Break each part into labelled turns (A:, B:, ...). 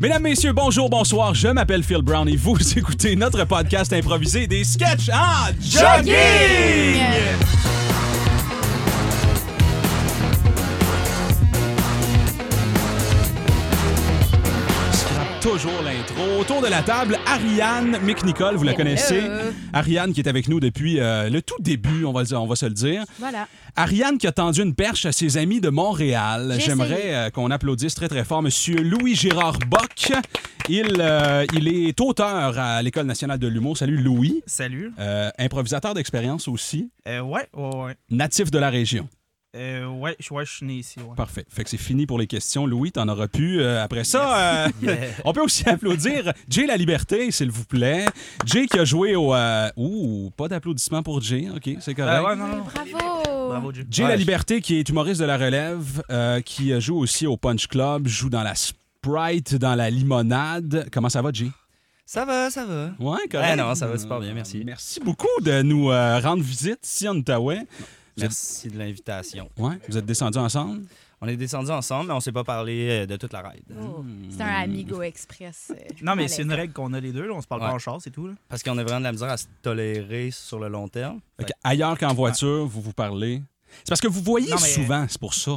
A: Mesdames, messieurs, bonjour, bonsoir. Je m'appelle Phil Brown et vous écoutez notre podcast improvisé des sketchs en jogging. Scrap Toujours l'intro. Autour de la table, Ariane McNicol, vous la connaissez. Ariane qui est avec nous depuis euh, le tout début, on va, le dire- on va se le dire.
B: Voilà.
A: Ariane qui a tendu une perche à ses amis de Montréal.
B: J'ai
A: J'aimerais
B: essayé.
A: euh, qu'on applaudisse très très fort Monsieur Louis Gérard Bock. Il, euh, il est auteur à l'École nationale de l'humour. Salut Louis,
C: Salut.
A: Euh, improvisateur d'expérience aussi,
C: Euh, ouais, ouais, ouais.
A: natif de la région.
C: Euh, ouais, je ouais, je suis né ici, ouais.
A: Parfait. Fait que c'est fini pour les questions. Louis, t'en auras pu euh, après ça. euh,
C: Yeah.
A: On peut aussi applaudir Jay La Liberté, s'il vous plaît. Jay qui a joué au. euh, Ouh, pas d'applaudissements pour Jay. OK, c'est correct.
C: Euh, ouais, non, non.
B: Bravo!
C: Bravo, Dieu.
A: Jay La Liberté, qui est humoriste de la relève, euh, qui joue aussi au Punch Club, joue dans la Sprite, dans la limonade. Comment ça va, Jay?
D: Ça va, ça va.
A: Ouais, Euh,
D: Ah non, ça va super bien, merci.
A: Merci beaucoup de nous euh, rendre visite ici en Outaouais.
D: Merci de l'invitation.
A: Ouais, vous êtes descendus ensemble?
D: On est descendus ensemble, mais on s'est pas parlé euh, de toute la ride.
B: Oh, C'est un Amigo Express. euh,
C: Non, mais
B: malaise.
C: c'est une règle qu'on a les deux, là. On se parle
D: Ouais.
C: pas en char, c'est tout, là.
D: Parce qu'on a vraiment de la misère à se tolérer sur le long terme.
A: Fait que ailleurs qu'en voiture, vous vous parlez. C'est parce que vous voyez
C: Non, mais-
A: souvent, c'est pour ça.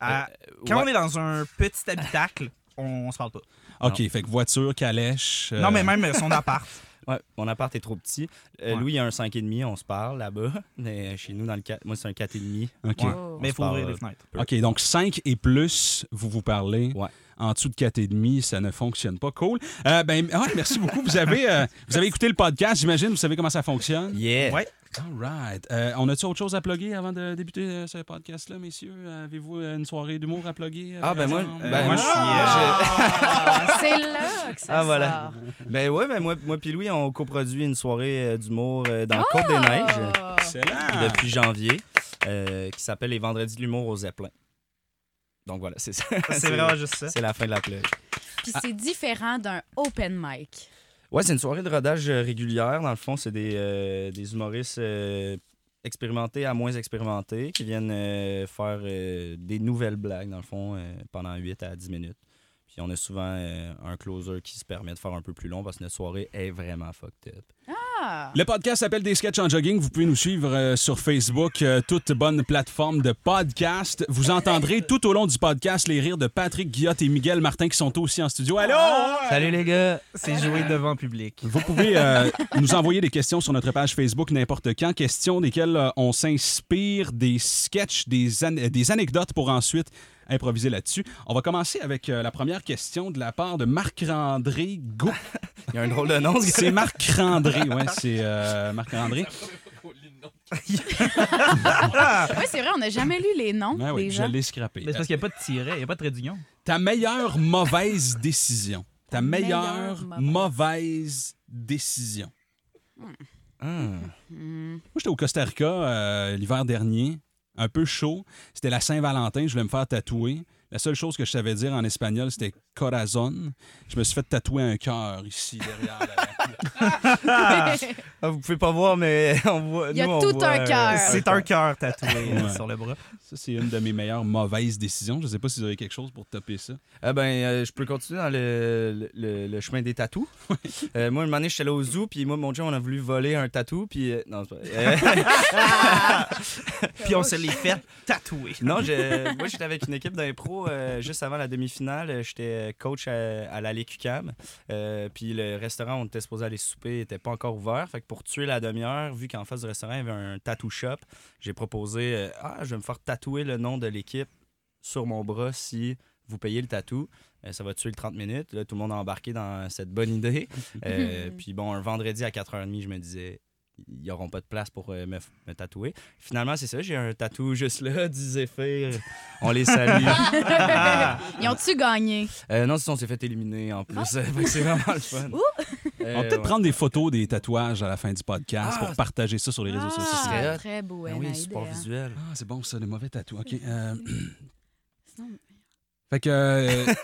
C: Ah,
D: Euh,
C: quand
D: ouais.
C: on est dans un petit habitacle, on, on se parle pas.
A: OK, fait que voiture, calèche. euh,
C: Non, mais même son appart.
D: Ouais, mon appart est trop petit. Euh,
C: Ouais.
D: Louis, il a un 5,5, on se parle là-bas. Mais euh, chez nous, dans le 4, moi, c'est un 4,5.
A: OK.
B: Oh.
C: Ouais. Mais il
D: On se
C: faut ouvrir
D: parle,
C: les
D: euh,
C: fenêtres.
A: OK, donc 5 et plus, vous vous parlez.
D: Ouais.
A: En dessous de 4,5, ça ne fonctionne pas. Cool. Euh, ben, ah, merci beaucoup. Vous avez, euh, vous avez écouté le podcast, j'imagine. Vous savez comment ça fonctionne.
D: Yeah!
C: Ouais.
A: All right. Euh, on a-tu autre chose à plugger avant de débuter euh, ce podcast-là, messieurs? Avez-vous euh, une soirée d'humour à plugger? euh,
D: Ah, ben moi,
A: ensemble?
D: ben,
A: Euh,
D: moi, je suis. euh, je-
B: Ah, C'est là que ça
D: Ah, voilà.
B: sort.
D: Ben ouais, ben moi, moi puis Louis, on coproduit une soirée euh, d'humour euh, dans Côte des Neiges
B: Oh.
A: Excellent.
D: depuis janvier euh, qui s'appelle Les Vendredis de l'humour au Zeppelin. Donc voilà, c'est ça.
C: C'est vraiment juste ça.
D: C'est la fin de la plug.
B: Puis c'est différent d'un open mic.
D: Ouais, c'est une soirée de rodage euh, régulière. Dans le fond, c'est des, euh, des humoristes euh, expérimentés à moins expérimentés qui viennent euh, faire euh, des nouvelles blagues, dans le fond, euh, pendant 8 à 10 minutes. Puis on a souvent euh, un closer qui se permet de faire un peu plus long parce que notre soirée est vraiment fucked up.
B: Ah!
A: Le podcast s'appelle Des Sketchs en Jogging. Vous pouvez nous suivre euh, sur Facebook, euh, toute bonne plateforme de podcast. Vous entendrez tout au long du podcast les rires de Patrick Guillotte et Miguel Martin qui sont aussi en studio. Allô?
D: Salut les gars!
C: C'est joué devant public.
A: Vous pouvez euh, nous envoyer des questions sur notre page Facebook n'importe quand, questions desquelles euh, on s'inspire, des sketchs, des, an- euh, des anecdotes pour ensuite improviser là-dessus. On va commencer avec euh, la première question de la part de Marc-André Gou.
D: Il y a un drôle de nom, ce
A: C'est Marc-André, ouais, c'est euh, Marc-André.
B: Oui, c'est vrai, on n'a jamais lu les noms
A: Ouais, ouais,
B: des
A: Ben je
B: gens.
A: l'ai scrappé.
C: Mais Ben, c'est parce qu'il n'y a pas de tiret, il n'y a pas de trait d'union.
A: Ta meilleure mauvaise décision. Ta
B: Ta
A: meilleure
B: meilleure
A: mauvaise décision. Ah.
B: Hmm.
A: Moi, j'étais au Costa Rica euh, l'hiver dernier, un peu chaud. C'était la Saint-Valentin, je voulais me faire tatouer. La seule chose que je savais dire en espagnol, c'était corazon. Je me suis fait tatouer un cœur ici, derrière. la-
D: Ah, vous pouvez pas voir, mais on voit.
B: Il y a
D: nous, on
B: tout
D: voit, euh,
B: un cœur.
C: Euh, C'est un cœur tatoué euh,
A: Ouais.
C: sur le bras.
A: ça, c'est une de mes meilleures mauvaises décisions. Je sais pas si vous avez quelque chose pour taper ça.
D: Ah ben, euh, je peux continuer dans le, le- le chemin des tatous. Euh, moi, une année, j'étais allé au zoo, puis moi, mon Dieu, on a voulu voler un tatou, puis... euh, non, c'est pas... euh,
C: Ah. Puis on se les fait tatouer.
D: non, je- moi, j'étais avec une équipe d'impro euh, juste avant la demi-finale. euh, J'étais coach à, à l'Allée QCAM, euh, puis le restaurant où on était supposé aller souper n'était pas encore ouvert. Fait que pour tuer la demi-heure, vu qu'en face du restaurant, il y avait un tattoo shop, j'ai proposé euh, Ah, je vais me faire tatouer le nom de l'équipe sur mon bras si vous payez le tatou. Euh, ça va tuer le 30 minutes. Là, tout le monde a embarqué dans cette bonne idée. Euh, puis bon, un vendredi à 4h30, je me disais, ils n'auront pas de place pour euh, me, me tatouer. Finalement, c'est ça, j'ai un tatou juste là, du Zéphyr. On les salue.
B: Ils ont-tu gagné?
D: Euh, non, sinon, on s'est fait éliminer en plus. Fait que c'est vraiment le fun.
B: Ouh!
D: Euh,
A: On va peut-être
D: ouais.
A: prendre des photos des tatouages à la fin du podcast
D: Ah!
A: pour partager ça sur les réseaux sociaux.
D: serait
B: Ah,
D: hot.
B: très beau,
D: Ben
B: hein,
D: oui,
B: la
D: support
B: idée, hein.
D: visuel.
A: Ah, c'est bon ça, les mauvais tatous. OK. euh,
B: Sinon,
A: Fait que. euh,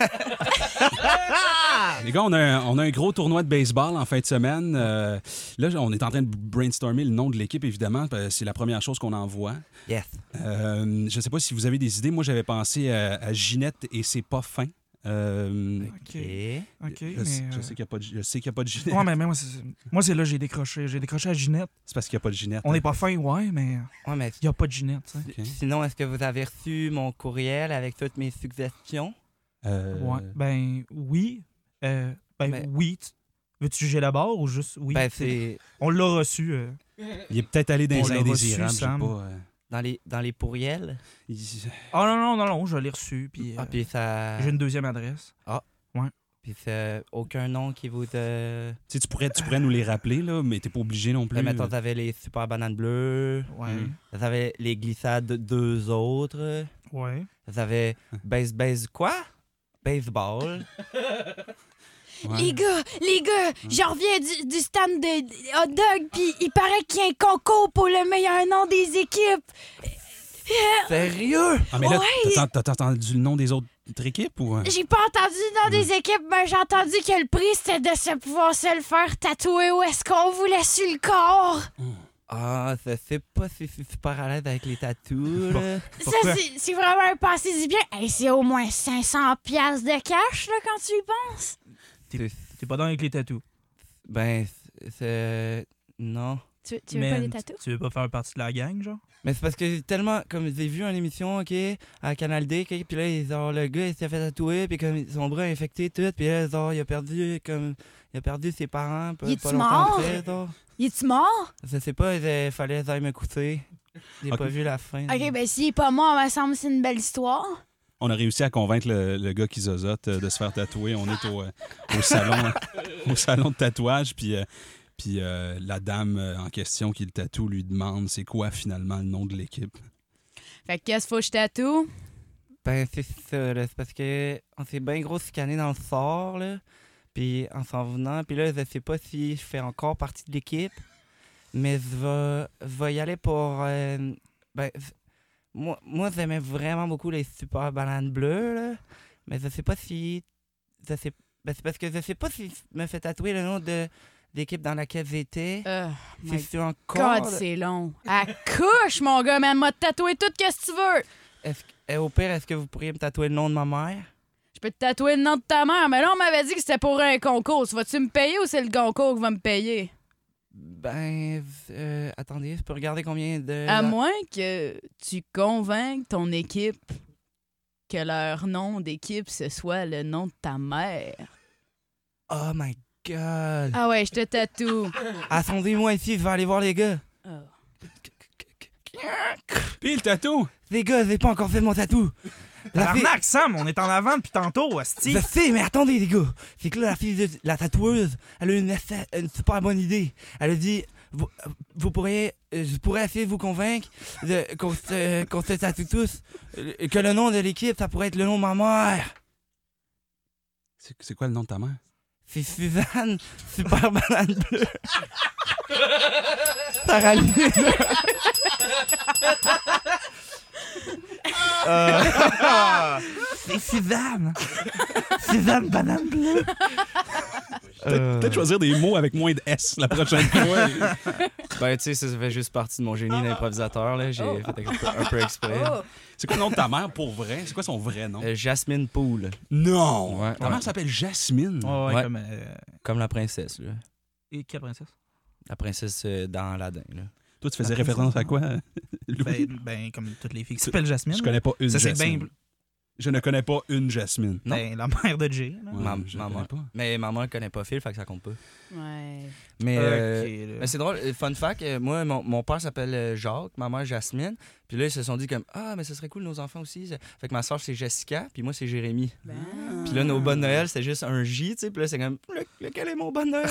A: Les gars, on a, un, on a un gros tournoi de baseball en fin de semaine. Euh, là, on est en train de brainstormer le nom de l'équipe, évidemment. parce que C'est la première chose qu'on envoie.
D: Yes.
A: Euh, je ne sais pas si vous avez des idées. Moi, j'avais pensé à, à Ginette et c'est pas fin. Euh,
C: OK.
D: Et...
C: OK.
A: je,
C: mais,
A: je
C: euh,
A: sais qu'il n'y a pas de, je sais qu'il y a pas de Ginette.
C: Ouais, mais, mais moi, c'est- moi, c'est là que j'ai décroché. J'ai décroché à Ginette.
A: C'est parce qu'il n'y a pas de Ginette.
C: On n'est pas fin, ouais, mais euh,
D: Ouais, mais
C: il n'y a pas de Ginette. tu sais.
A: Ok.
D: sinon, est-ce que vous avez reçu mon courriel avec toutes mes suggestions?
A: Euh,
C: Ouais. Ben oui. Euh, ben
D: Mais-
C: oui. tu- Veux-tu juger la barre ou juste oui?
D: ben,
C: tu sais?
D: c'est...
C: On l'a reçu. euh.
A: Il est peut-être allé dans
C: On
A: les
C: l'a
A: indésirables.
C: reçu,
A: je sais
C: Sam.
A: pas. euh,
D: Dans les, dans les pourriels.
A: il-
C: Ah non, non, non, non, je l'ai reçu. Puis, euh,
D: Ah, puis ça...
C: j'ai une deuxième adresse.
D: Puis ça- aucun nom qui vous... euh,
A: Tu sais, tu pourrais, tu pourrais nous les rappeler, là, mais t'es pas obligé non plus.
D: Ben, mettons, t'avais les super bananes bleues.
C: Ouais.
A: Mm.
D: T'avais les glissades deux autres.
C: Ouais.
D: T'avais base, base quoi? Baseball.
A: Ouais.
B: Les gars, les gars, je reviens du, du stand de hot dog, puis il paraît qu'il y a un concours pour le meilleur nom des équipes.
D: Sérieux?
A: Ah, mais là, t'as- t'as t'as entendu le nom des autres équipes ou. euh?
B: J'ai pas entendu le nom des équipes, mais j'ai entendu que le prix, c'était de se pouvoir se le faire tatouer où est-ce qu'on voulait sur le corps.
D: Ah, ça c'est pas si si super à l'aise avec les tatous. là.
B: Ça,
C: Pourquoi?
B: c'est- c'est vraiment un passé bien. Hey, c'est au moins 500 piastres de cash, là, quand tu y penses.
D: C'est-
C: T'es pas dans avec les tatous.
D: Ben, c'est- c'est... Non.
B: Tu,
C: Man, Tu veux pas faire partie de la gang, genre?
D: Mais c'est parce que j'ai tellement, comme j'ai vu en émission, ok, à Canal D, ok, puis là, ils ont, le gars, il s'est fait tatouer, puis comme son bras est infecté, tout, puis là, genre, il a perdu, comme, il a perdu ses parents, pas,
B: Il est-tu
D: pas longtemps
B: mort?
D: après, genre.
B: Il est-tu mort?
D: Je sais pas, il fallait qu'ils aillent me coûter. J'ai
A: Ok.
D: pas vu la fin.
C: Mm.
B: Ok, ben s'il est pas mort, ça me semble que c'est une belle histoire.
A: On a réussi à convaincre le, le gars qui zozote euh, de se faire tatouer. On est au, euh, au salon, au salon de tatouage, puis. euh, puis euh, la dame euh, en question qui le tatoue lui demande c'est quoi finalement le nom de l'équipe.
B: Fait que qu'est-ce faut que je tatoue?
D: Ben, c'est ça, là. C'est parce que on s'est bien gros scanné dans le sort, là. Puis en s'en venant, puis là, je sais pas si je fais encore partie de l'équipe, mais je vais, je vais y aller pour. euh, ben, je- moi, moi j'aimais vraiment beaucoup les super bananes bleues, là. Mais je sais pas si. Je sais, ben, c'est parce que je sais pas si je me fais tatouer le nom de l'équipe dans laquelle j'étais.
B: Oh
D: si je
B: my
D: suis encore.
B: god, c'est long. Accouche, mon gars, man, m'a tatoué tout ce que tu veux.
D: Est-ce que- eh, au pire, est-ce que vous pourriez me tatouer le nom de ma mère?
B: Je peux te tatouer le nom de ta mère, mais là, on m'avait dit que c'était pour un concours. Tu Vas-tu me payer ou c'est le concours qui va me payer?
D: Ben, euh, attendez, je peux regarder combien de.
B: À moins que tu convainques ton équipe que leur nom d'équipe, ce soit le nom de ta mère.
D: Oh my god.
B: Ah ouais, je te tatoue.
D: Attendez-moi ici, je vais aller voir les gars.
B: Oh.
A: Puis le tatou!
D: Les gars, j'ai pas encore fait mon tatou. La fille-
C: L'arnaque, Sam, on est en avant depuis tantôt,
D: Je
C: Asti.
D: sais, mais attendez, les gars. C'est que là, la fille, de- la tatoueuse, elle a une, essa- une super bonne idée. Elle a dit. Vous, vous pourriez. euh, Je pourrais essayer de vous convaincre de- qu'on se, qu'on se tatoue tous. euh, Que le nom de l'équipe, ça pourrait être le nom de ma mère.
A: C'est c'est quoi le nom de ta mère?
D: C'est Suzanne, super banane bleue. Ça rallume. Euh,
C: C'est Suzanne. Suzanne Banane Bleue.
A: Peut-être
C: Euh,
A: peut-être choisir des mots avec moins de S la prochaine fois.
D: Ben, tu sais, ça fait juste partie de mon génie d'improvisateur. là. J'ai
B: Oh.
D: fait un peu, un peu exprès.
A: C'est quoi le nom de ta mère pour vrai? C'est quoi son vrai nom?
D: Euh, Jasmine Poole,
A: non!
D: Ouais,
A: ta
D: ouais.
A: mère s'appelle Jasmine.
C: Ouais, ouais,
D: Ouais.
C: comme. euh,
D: comme la princesse, là.
C: Et quelle princesse?
D: La princesse euh, dans Aladdin, là.
A: Toi, tu faisais
C: La
A: référence à quoi?
C: princesse,
A: euh, Louis?
C: Ben, ben, comme toutes les filles qui s'appellent Jasmine.
A: je connais pas une
C: Ça, c'est
A: Jasmine.
C: bien-
A: Je ne connais pas une Jasmine.
D: Non.
C: Ben, la mère de Jay. là.
A: Ouais,
D: Ma-
A: je
D: ma
A: connais
D: mère.
A: pas.
D: Mais maman connaît pas Phil, fait que ça compte pas.
B: Ouais.
D: Mais, euh,
C: Ok, là.
D: mais c'est drôle, euh, fun fact, euh, moi, mon, mon père s'appelle euh, Jacques, ma mère Jasmine. Puis là, ils se sont dit comme, ah, mais ce serait cool, nos enfants aussi. Fait que ma soeur, c'est Jessica, puis moi, c'est Jérémy.
B: Ben. Ah.
D: Puis là, nos bonnes Noël, c'est juste un J, tu sais. Puis là, c'est comme, Le- lequel est mon bon Noël?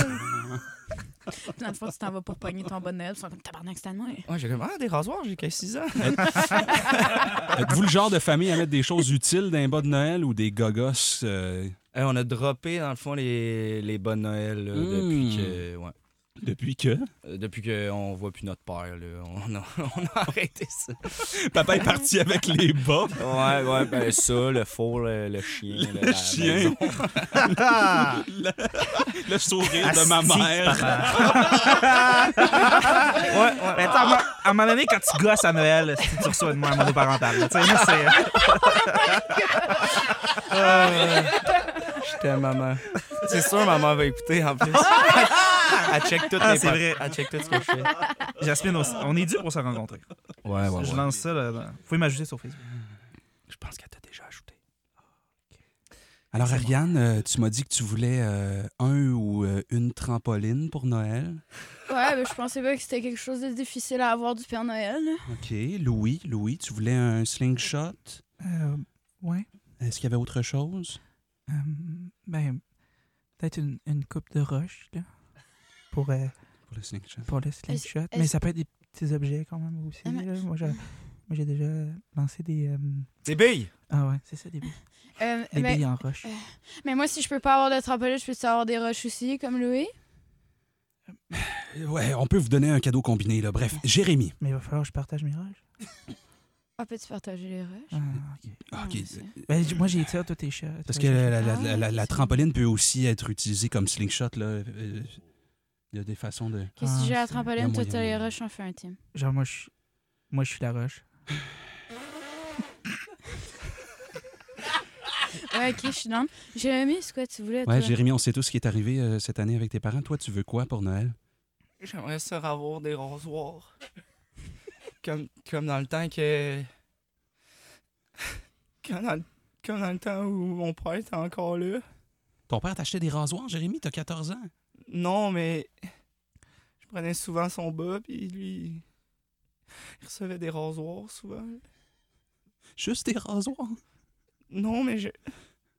B: Dans le fond, tu t'en vas pour pogner ton bon Noël, ils sont comme tabarnak cette année.
D: ouais, j'ai comme, ah, des rasoirs, j'ai qu'à 6 ans.
A: Êtes-vous le genre de famille à mettre des choses utiles dans les bas de Noël ou des gogos? euh,
D: Euh, on a droppé, dans le fond, les, les bonnes Noël là,
A: Hmm.
D: depuis que. Ouais.
A: Depuis que
D: Euh, Depuis qu'on voit plus notre père, là, on, a, on a arrêté ça.
A: papa est parti avec les bas.
D: Ouais, ouais, ben ça, le four, le, le chien.
A: Le
D: là, la
A: chien.
D: maison.
C: Ah!
A: Le sourire de ma
C: Asti,
A: mère.
C: Ouais, ouais. Mais attends, Ben, à un moment- à un moment donné, quand tu gosses à Noël, si tu reçois une mère monoparentale, là, tu sais, là, c'est. euh,
D: Je t'aime, euh, maman. C'est sûr, maman va écouter en plus. elle check toutes
C: Ah,
D: les
C: c'est
D: pod-
C: vrai.
D: Elle check tout ce que je fais.
C: Jasmine, on, on est dû pour se rencontrer.
D: Ouais, ouais,
C: Je lance ça, là. dans- Vous pouvez m'ajouter sur Facebook.
D: Je pense qu'elle t'a déjà ajouté.
A: Alors, Ariane, euh, tu m'as dit que tu voulais euh, un ou euh, une trampoline pour Noël.
B: Ouais, ben, je pensais pas que c'était quelque chose de difficile à avoir du Père Noël.
A: OK. Louis, Louis, tu voulais un slingshot.
C: Euh, ouais.
A: Est-ce qu'il y avait autre chose?
C: Euh, ben, peut-être une, une coupe de roche, là. Pour, euh,
A: Pour le slingshot.
C: pour le slingshot.
B: est-ce-
C: Mais ça peut être des petits objets quand même aussi.
B: Ah, mais-
C: là. Moi, j'ai, moi, j'ai déjà lancé des. euh,
D: Des billes!
C: Ah ouais, c'est ça, des billes.
B: Euh,
C: Des
B: mais,
C: billes en roche.
B: mais moi, si je peux pas avoir de trampoline, je peux avoir des roches aussi, comme Louis.
A: Euh, Ouais, on peut vous donner un cadeau combiné, là. Bref, Jérémy.
C: Mais il va falloir que je partage mes roches.
B: Ah, peux-tu partager les roches?
C: Ah, ok.
A: Ah,
B: Ouais,
A: OK.
B: c'est-
C: Ben, j- moi, j'ai tiré toi, tes chats.
A: Parce que la, la- la- la- la trampoline peut aussi être utilisée comme slingshot, là. Euh, Il y a des façons de...
B: Ok, si j'ai
C: Ah,
B: la
C: c'est- y
A: a
B: trampoline, toi
A: moyen,
B: t'as les
A: moyen.
B: roches, on fait un team.
C: Genre, moi, je suis- moi, je suis la roche.
B: Ouais, ok, je suis dans. Jérémy, c'est quoi tu voulais?
A: Ouais,
B: toi?
A: Jérémy, on sait tout ce qui est arrivé euh, cette année avec tes parents. Toi, tu veux quoi pour Noël?
D: J'aimerais ça avoir des rasoirs. comme, comme dans le temps que. Comme dans, le- comme dans le temps où mon père était encore là.
A: Ton père t'achetait des rasoirs, Jérémy, t'as 14 ans.
D: Non, mais. Je prenais souvent son bas, puis lui. Il recevait des rasoirs souvent.
A: Juste des rasoirs.
D: Non, mais je.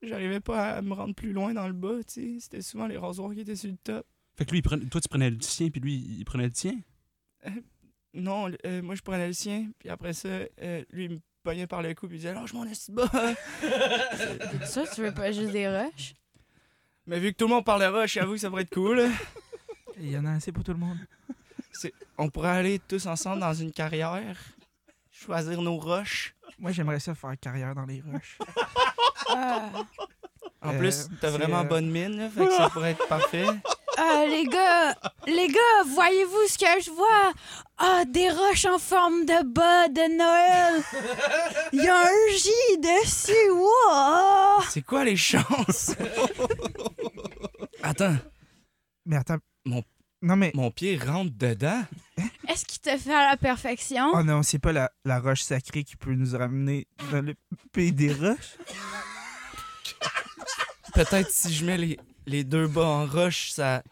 D: J'arrivais pas à me rendre plus loin dans le bas, tu sais. C'était souvent les rasoirs qui étaient sur le top.
A: Fait que lui, il prenait- toi, tu prenais le tien, puis lui, il prenait le tien.
D: Non, le- euh, moi je prenais le sien, puis après ça, euh, lui il me pognait par le cou, puis il disait Lâche mon esti de bas
B: Ça, tu veux pas juste des roches?
D: Mais vu que tout le monde parle rush, j'avoue que ça pourrait être cool.
C: Il y en a assez pour tout le monde.
D: On pourrait aller tous ensemble dans une carrière, choisir nos roches.
C: Moi, j'aimerais ça faire carrière dans les roches.
B: Ah,
D: En
C: Euh,
D: plus, t'as
C: c'est,
D: vraiment
C: euh,
D: bonne mine, là, fait que ça pourrait être parfait.
B: Ah, les gars, les gars, voyez-vous ce que je vois? Ah, des roches en forme de bas de Noël! Il y a un J dessus! Wow!
D: C'est quoi les chances Attends,
C: Mais attends.
D: Mon-
C: Non, mais.
D: mon pied rentre dedans.
B: Est-ce qu'il te fait à la perfection?
C: Oh non, c'est pas la, la roche sacrée qui peut nous ramener dans le pays des roches.
D: Peut-être si je mets les, les deux bas en roche, ça.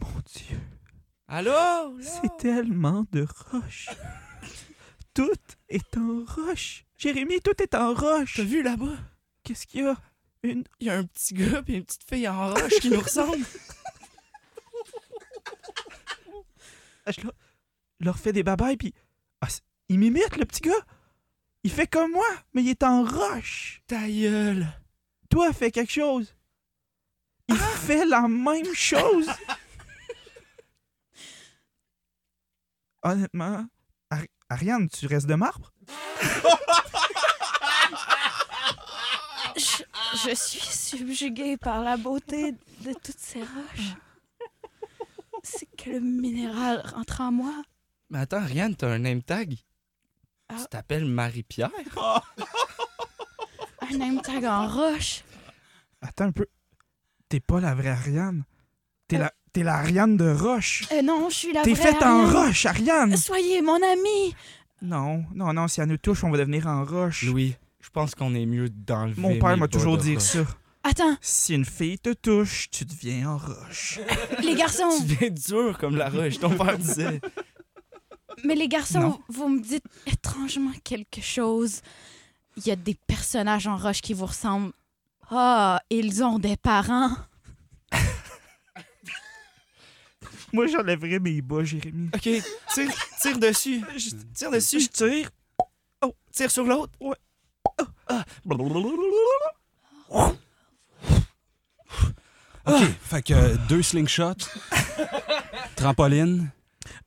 C: Mon Dieu,
D: Allô là?
C: c'est tellement de roches. Tout est en roche. Jérémy, tout est en roche.
D: T'as vu là-bas
C: Qu'est-ce qu'il y a? Une...
D: Il y a un petit gars et une petite fille en roche qui nous ressemblent.
C: Ah, Je leur- leur fais des babayes, puis... Ah, c'est- il m'imite, le petit gars. Il fait comme moi, mais il est en roche.
D: Ta gueule.
C: Toi, fais quelque chose. Il fait la même chose. Honnêtement, Ar- Ariane, tu restes de marbre?
B: Je, je suis subjuguée par la beauté de toutes ces roches. C'est que le minéral rentre en moi.
D: Mais attends, Ryan, t'as un name tag.
B: Ah.
D: Tu t'appelles Marie-Pierre?
B: Un name tag en roche.
C: Attends un peu. T'es pas la vraie Ariane. T'es la, t'es la Ariane de roche.
B: Euh, non, je suis la
C: T'es
B: vraie
C: faite en
B: Ariane.
C: roche, Ariane.
B: Soyez mon ami.
C: Non, non, non, si elle nous touche, on va devenir en roche.
D: Louis, je pense qu'on est mieux d'enlever.
C: Mon père
D: mes
C: m'a
D: bas
C: toujours
D: de
C: dit
D: roche.
C: ça.
B: Attends,
C: Si une fille te touche, tu deviens en roche.
B: les garçons.
D: Tu viens dur comme la roche, ton père disait.
B: Mais les garçons,
C: Non.
B: vous me dites étrangement quelque chose. Il y a des personnages en roche qui vous ressemblent. Ah, ils ont des parents.
C: Moi, j'enlèverais mes bas, Jérémy.
D: Ok, tire, Hmm. tire dessus. Tire dessus.
C: tire.
D: Tire sur l'autre. ah,
A: OK, fait que euh, deux slingshots, trampoline,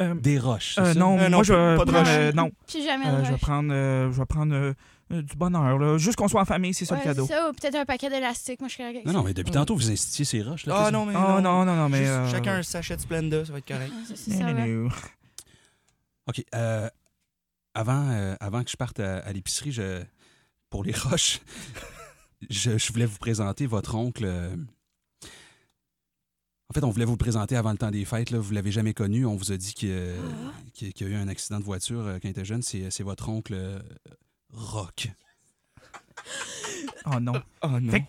C: Euh,
A: des roches. c'est
C: Euh,
A: ça?
C: non,
D: Euh, non,
C: moi, je vais
D: pas de
C: prendre,
E: roche.
C: euh, non.
E: Puis jamais
C: Euh,
E: de
C: je vais
E: rush.
C: prendre, euh, je vais prendre euh, euh, du bonheur, là. Juste qu'on soit en famille, c'est ça
E: Ouais,
C: le cadeau.
E: c'est ça, ou peut-être un paquet d'élastique. Moi, je suis correct avec
A: Non,
E: ça.
A: non, mais depuis tantôt, vous incitiez ces roches. Là,
D: Ah
A: t'es-
D: non, mais.
C: Oh non, non, non, mais.
D: Juste
C: euh,
D: Chacun un sachet de Splenda, ça va être correct.
E: Ouais, Ah, ça, c'est
C: non,
E: ça,
C: non,
E: ouais.
C: non.
A: OK. euh, avant, euh, avant que je parte à, à l'épicerie, je, pour les roches, je, je voulais vous présenter votre oncle. euh, En fait, on voulait vous le présenter avant le temps des fêtes. Là. Vous l'avez jamais connu. On vous a dit qu'il euh,
E: Ah.
A: qu'il- qu'il y a eu un accident de voiture euh, quand il était jeune. C'est c'est votre oncle euh, Rock.
C: Oh non.
D: Oh non.
C: Fait que-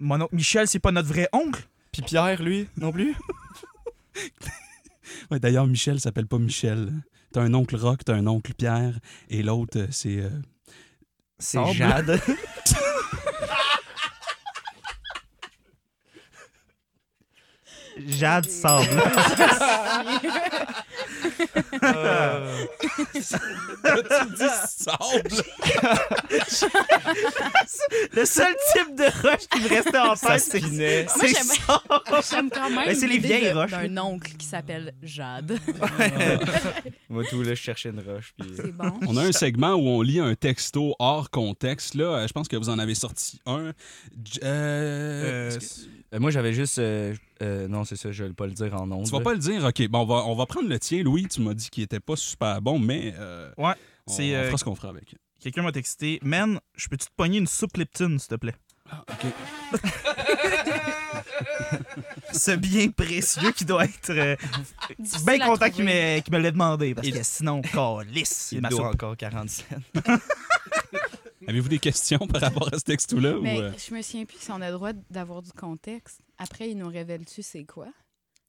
C: Mon oncle Michel, c'est pas notre vrai oncle.
D: Puis Pierre, lui, non plus?
A: Ouais, D'ailleurs, Michel s'appelle pas Michel. T'as un oncle Rock, t'as un oncle Pierre, et l'autre, euh, c'est... euh,
D: C'est
C: Sable.
D: Jade.
C: Jade Sable.
D: Euh,
A: tu dis sable!
C: le seul type de roche qui me restait en
D: ça
C: tête, c'est
D: spinait.
B: Moi,
C: c'est
B: j'aime-
C: ça.
B: J'aime quand même.
C: Ben, c'est les
B: l'idée
C: vieilles
B: de-
C: roches.
B: D'un oncle qui s'appelle Jade.
D: Moi, tout, là, je cherchais une roche. Puis... euh.
B: C'est bon.
A: On a un segment où on lit un texto hors contexte. Là, Euh, je pense que vous en avez sorti un. J- euh,
C: Euh,
A: est-ce que-
D: Euh, Moi, j'avais juste. euh, euh, non, c'est ça, je vais pas le dire en ondes.
A: tu vas pas le dire, OK. Bon, on va, on va prendre le tien, Louis. Tu m'as dit qu'il était pas super bon, mais euh,
C: Ouais,
A: on,
C: c'est,
A: on
C: euh,
A: fera ce qu'on fera avec.
C: Quelqu'un m'a texté. Man, je peux-tu te pogner une soupe Lipton, s'il te plaît?
A: OK.
C: Ce bien précieux qui doit être. euh, bien
E: à
C: content qu'il
E: trouver.
C: me, qu'il me l'ait demandé. Parce
D: Il-
C: que sinon, calisse, c'est
D: Il
C: ma
D: doit
C: soupe.
D: encore 40 cents.
A: Avez-vous des questions par rapport à ce texto-là? ou,
B: Mais
A: euh,
B: je me souviens plus si on a le droit d'avoir du contexte. Après, il nous révèle-tu c'est quoi?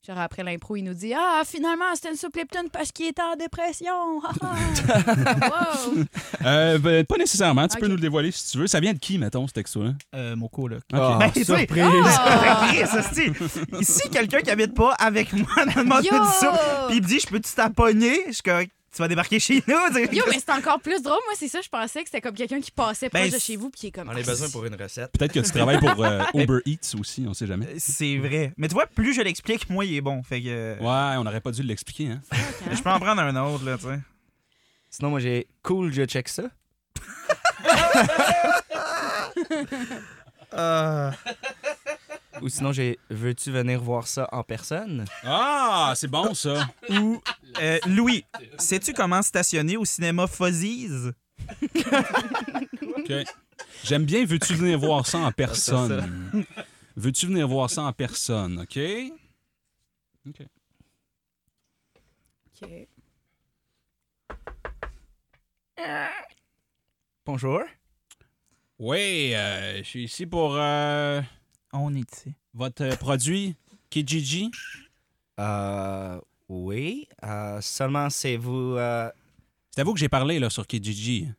B: Genre, après l'impro, il nous dit Ah, finalement, c'était une soupe Lipton parce qu'il était en dépression. Ah, ah. wow.
A: euh, ben, pas nécessairement. Tu peux
B: Ah, OK.
A: nous le dévoiler si tu veux. Ça vient de qui, mettons, ce texto-là?
C: Euh, mon coloc.
A: OK.
D: Ah,
C: Ben, tu sais,
D: surprise!
B: Ah.
C: Chris, hostie. Si quelqu'un qui habite pas avec moi dans le monde
B: Yo!
C: du soupe, puis il me dit, je peux-tu t'appogner? Je suis comme, tu vas débarquer chez nous. tu sais.
B: Yo, mais c'est encore plus drôle. Moi, c'est ça, je pensais que c'était comme quelqu'un qui passait
C: Ben,
B: proche de
C: c'est-
B: chez vous puis qui est comme.
D: On a besoin pour une recette.
A: Peut-être que tu travailles pour euh, Uber Eats aussi, on sait jamais.
C: C'est vrai. Mais tu vois, plus je l'explique, moins il est bon. Fait que. euh,
A: Ouais, on n'aurait pas dû l'expliquer, hein?
C: Je peux en prendre un autre, là, tu sais.
D: Sinon, moi, j'ai cool, je check ça. Ou sinon, j'ai veux-tu venir voir ça en personne?
A: Ah, c'est bon, ça!
C: Ou. euh, Louis, sais-tu comment stationner au cinéma Fuzzies?
A: OK. J'aime bien veux-tu venir voir ça en personne. veux-tu venir voir ça en personne, OK?
B: Ok.
D: Bonjour.
A: Oui, euh, je suis ici pour euh,
C: On est ici.
A: votre euh, produit Kijiji.
D: Euh, oui. Euh, seulement, c'est vous. euh,
A: C'est à vous que j'ai parlé là, sur Kijiji.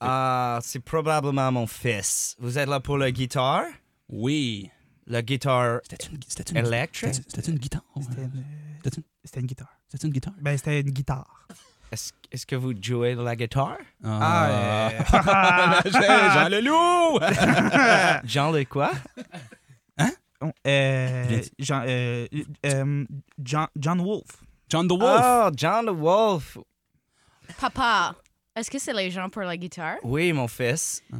D: ah, c'est probablement mon fils. Vous êtes là pour la guitare?
A: Oui.
D: La guitare
A: C'était une, c'était une,
D: électrique?
A: c'était- c'était une guitare. ouais.
C: C'était une,
A: T'as-tu-
C: c'était une guitare.
A: C'était une guitare.
C: Ben, c'était une guitare.
D: Est-ce est-ce que vous jouez de la guitare?
A: Ah,
C: Ah,
A: Jean- Jean le loup!
D: Jean le quoi?
C: euh, euh,
A: Bien dit.
C: Jean, euh, euh, John, John Wolfe.
A: John the Wolf.
D: Oh, John the Wolf.
B: Papa, est-ce que c'est les gens pour la guitare?
D: Oui, mon fils.
A: Ah.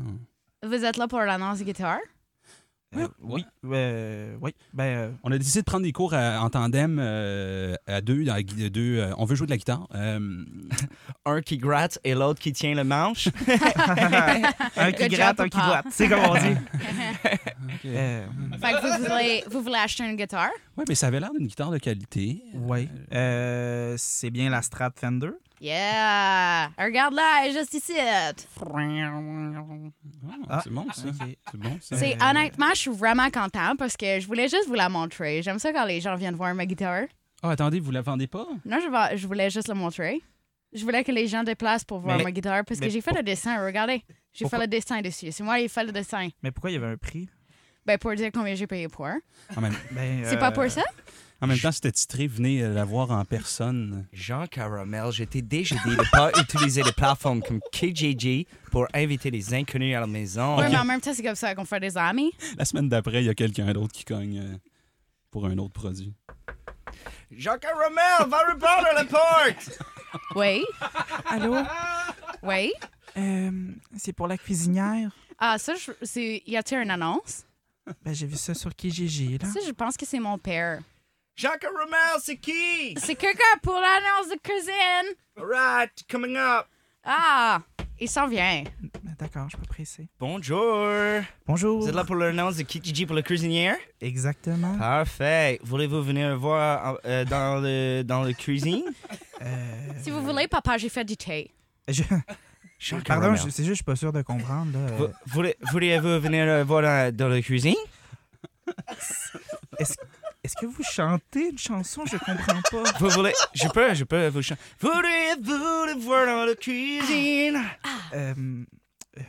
B: Vous êtes là pour l'annonce guitare?
C: Euh, oui. Euh, oui. Ben, euh,
A: On a décidé de prendre des cours à- en tandem euh, à deux. dans la gui- deux, euh, on veut jouer de la guitare. Euh,
D: Un qui gratte et l'autre qui tient le manche.
C: un qui
B: Good job,
C: gratte, un qui
B: papa.
C: gratte. C'est comme on dit.
A: OK.
C: Euh,
B: Fait que vous voulez, vous voulez acheter une guitare?
A: Ouais, mais ça avait l'air d'une guitare de qualité.
C: oui. Euh, c'est bien la Strat Fender.
B: Yeah! Regarde-la, elle est juste ici.
A: Ah, C'est bon, ça. C'est bon, ça.
C: Euh.
B: C'est honnêtement, je suis vraiment contente parce que je voulais juste vous la montrer. J'aime ça quand les gens viennent voir ma guitare.
A: Ah, attendez, vous la vendez pas?
B: Non, je, vais- je voulais juste la montrer. Je voulais que les gens déplacent pour voir
C: Mais-
B: ma guitare parce que
C: mais
B: j'ai fait le dessin. Regardez, j'ai fait
C: Pourquoi-
B: le dessin dessus. C'est moi qui ai fait le dessin.
C: Mais pourquoi il y avait un prix?
B: Ben, pour dire combien j'ai payé pour.
A: Ah, mais-
C: Ben,
B: C'est pas pour ça?
A: En même temps, c'était titré Venez euh, la voir en personne.
D: Jean Caramel, j'étais DGD de pas utiliser des plateformes comme KJJ pour inviter les inconnus à la maison.
B: Ouais, mais en même temps, c'est comme ça qu'on fait des amis.
A: La semaine d'après, il y a quelqu'un d'autre qui cogne euh, pour un autre produit.
D: Jean Caramel, va répondre à la porte!
B: Oui,
C: Allô?
B: oui.
C: Euh, c'est pour la cuisinière.
B: Ah, ça, je- c'est... y a-t-il une annonce?
C: Ben, j'ai vu ça sur KGG, là.
B: Ça, je pense que c'est mon père.
D: Jean Caramel, c'est qui?
B: C'est quelqu'un pour l'annonce de cuisine.
D: Alright, coming up.
B: Ah, il s'en vient.
C: Ben, D'accord, je suis pas pressé.
D: Bonjour.
C: Bonjour.
D: Vous êtes là pour l'annonce de KJJ pour la cuisinière?
C: Exactement.
D: Parfait. Voulez-vous venir voir euh, dans le dans le cuisine?
C: Euh,
B: Si vous voulez, papa, j'ai fait du thé.
C: je-
D: Jean
C: Pardon,
D: Caramel.
C: je- c'est juste que je suis pas sûr de comprendre. là. Euh,
D: Vous- voulez- Voulez-vous venir euh, voir dans, dans la cuisine?
C: Est-ce est-ce que vous chantez une chanson? Je comprends pas.
D: Vous voulez... Je peux, je peux vous chanter. Voulez-vous le voir dans la cuisine?
C: Euh, euh,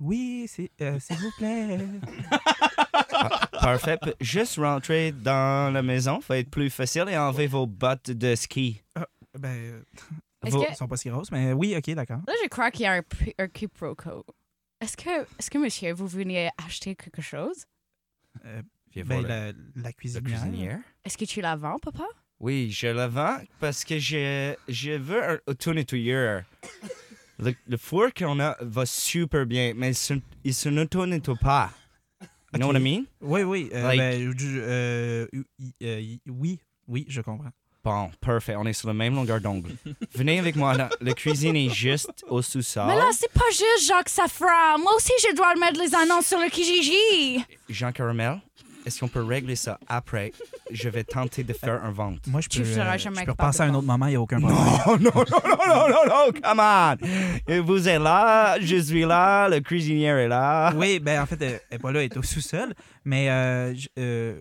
C: oui, c'est- euh, s'il vous plaît.
D: Parfait. P- Juste rentrer dans la maison, ça va être plus facile et enlever vos bottes de ski.
C: ben, euh,
B: Est-ce
D: Vous-
B: que...
C: ils sont pas si grosses, mais oui, ok, d'accord.
B: Là, je crois qu'il y a un, p- un quiproquo. Est-ce que, est-ce que, monsieur, vous venez acheter quelque chose?
C: Euh,
D: Viens
C: ben,
D: voir
C: la,
D: la-
C: la
D: la
C: cuisinière.
D: cuisinière.
B: Est-ce que tu la vends, papa?
D: Oui, je la vends parce que je, je veux un auto-nettoyeur. Le, le four qu'on a va super bien, mais il se, il se n'auto-nettoie pas. You know what I mean?
C: Oui, oui. euh,
D: Like-
C: ben, je- euh, y- euh, y- oui, oui, je comprends.
D: Bon, parfait, on est sur la même longueur d'ongle. Venez avec moi, la, la cuisine est juste au
C: Ah.
D: sous-sol.
B: Mais là, c'est pas juste Jacques Safran. Moi aussi, je dois mettre les annonces sur le Kijiji.
D: Jean Caramel, est-ce qu'on peut régler ça après? Je vais tenter de faire un vente.
C: Moi, je peux,
B: Tu seras
C: euh,
B: jamais
C: je peux
B: capable
C: repasser à un
B: de
C: autre moment, il n'y a aucun problème.
D: Oh non, non, non, non, non, non, come on! Et vous êtes là, je suis là, le cuisinier est là.
C: Oui, ben en fait, elle n'est pas là, elle est au sous-sol. Mais euh, je- euh,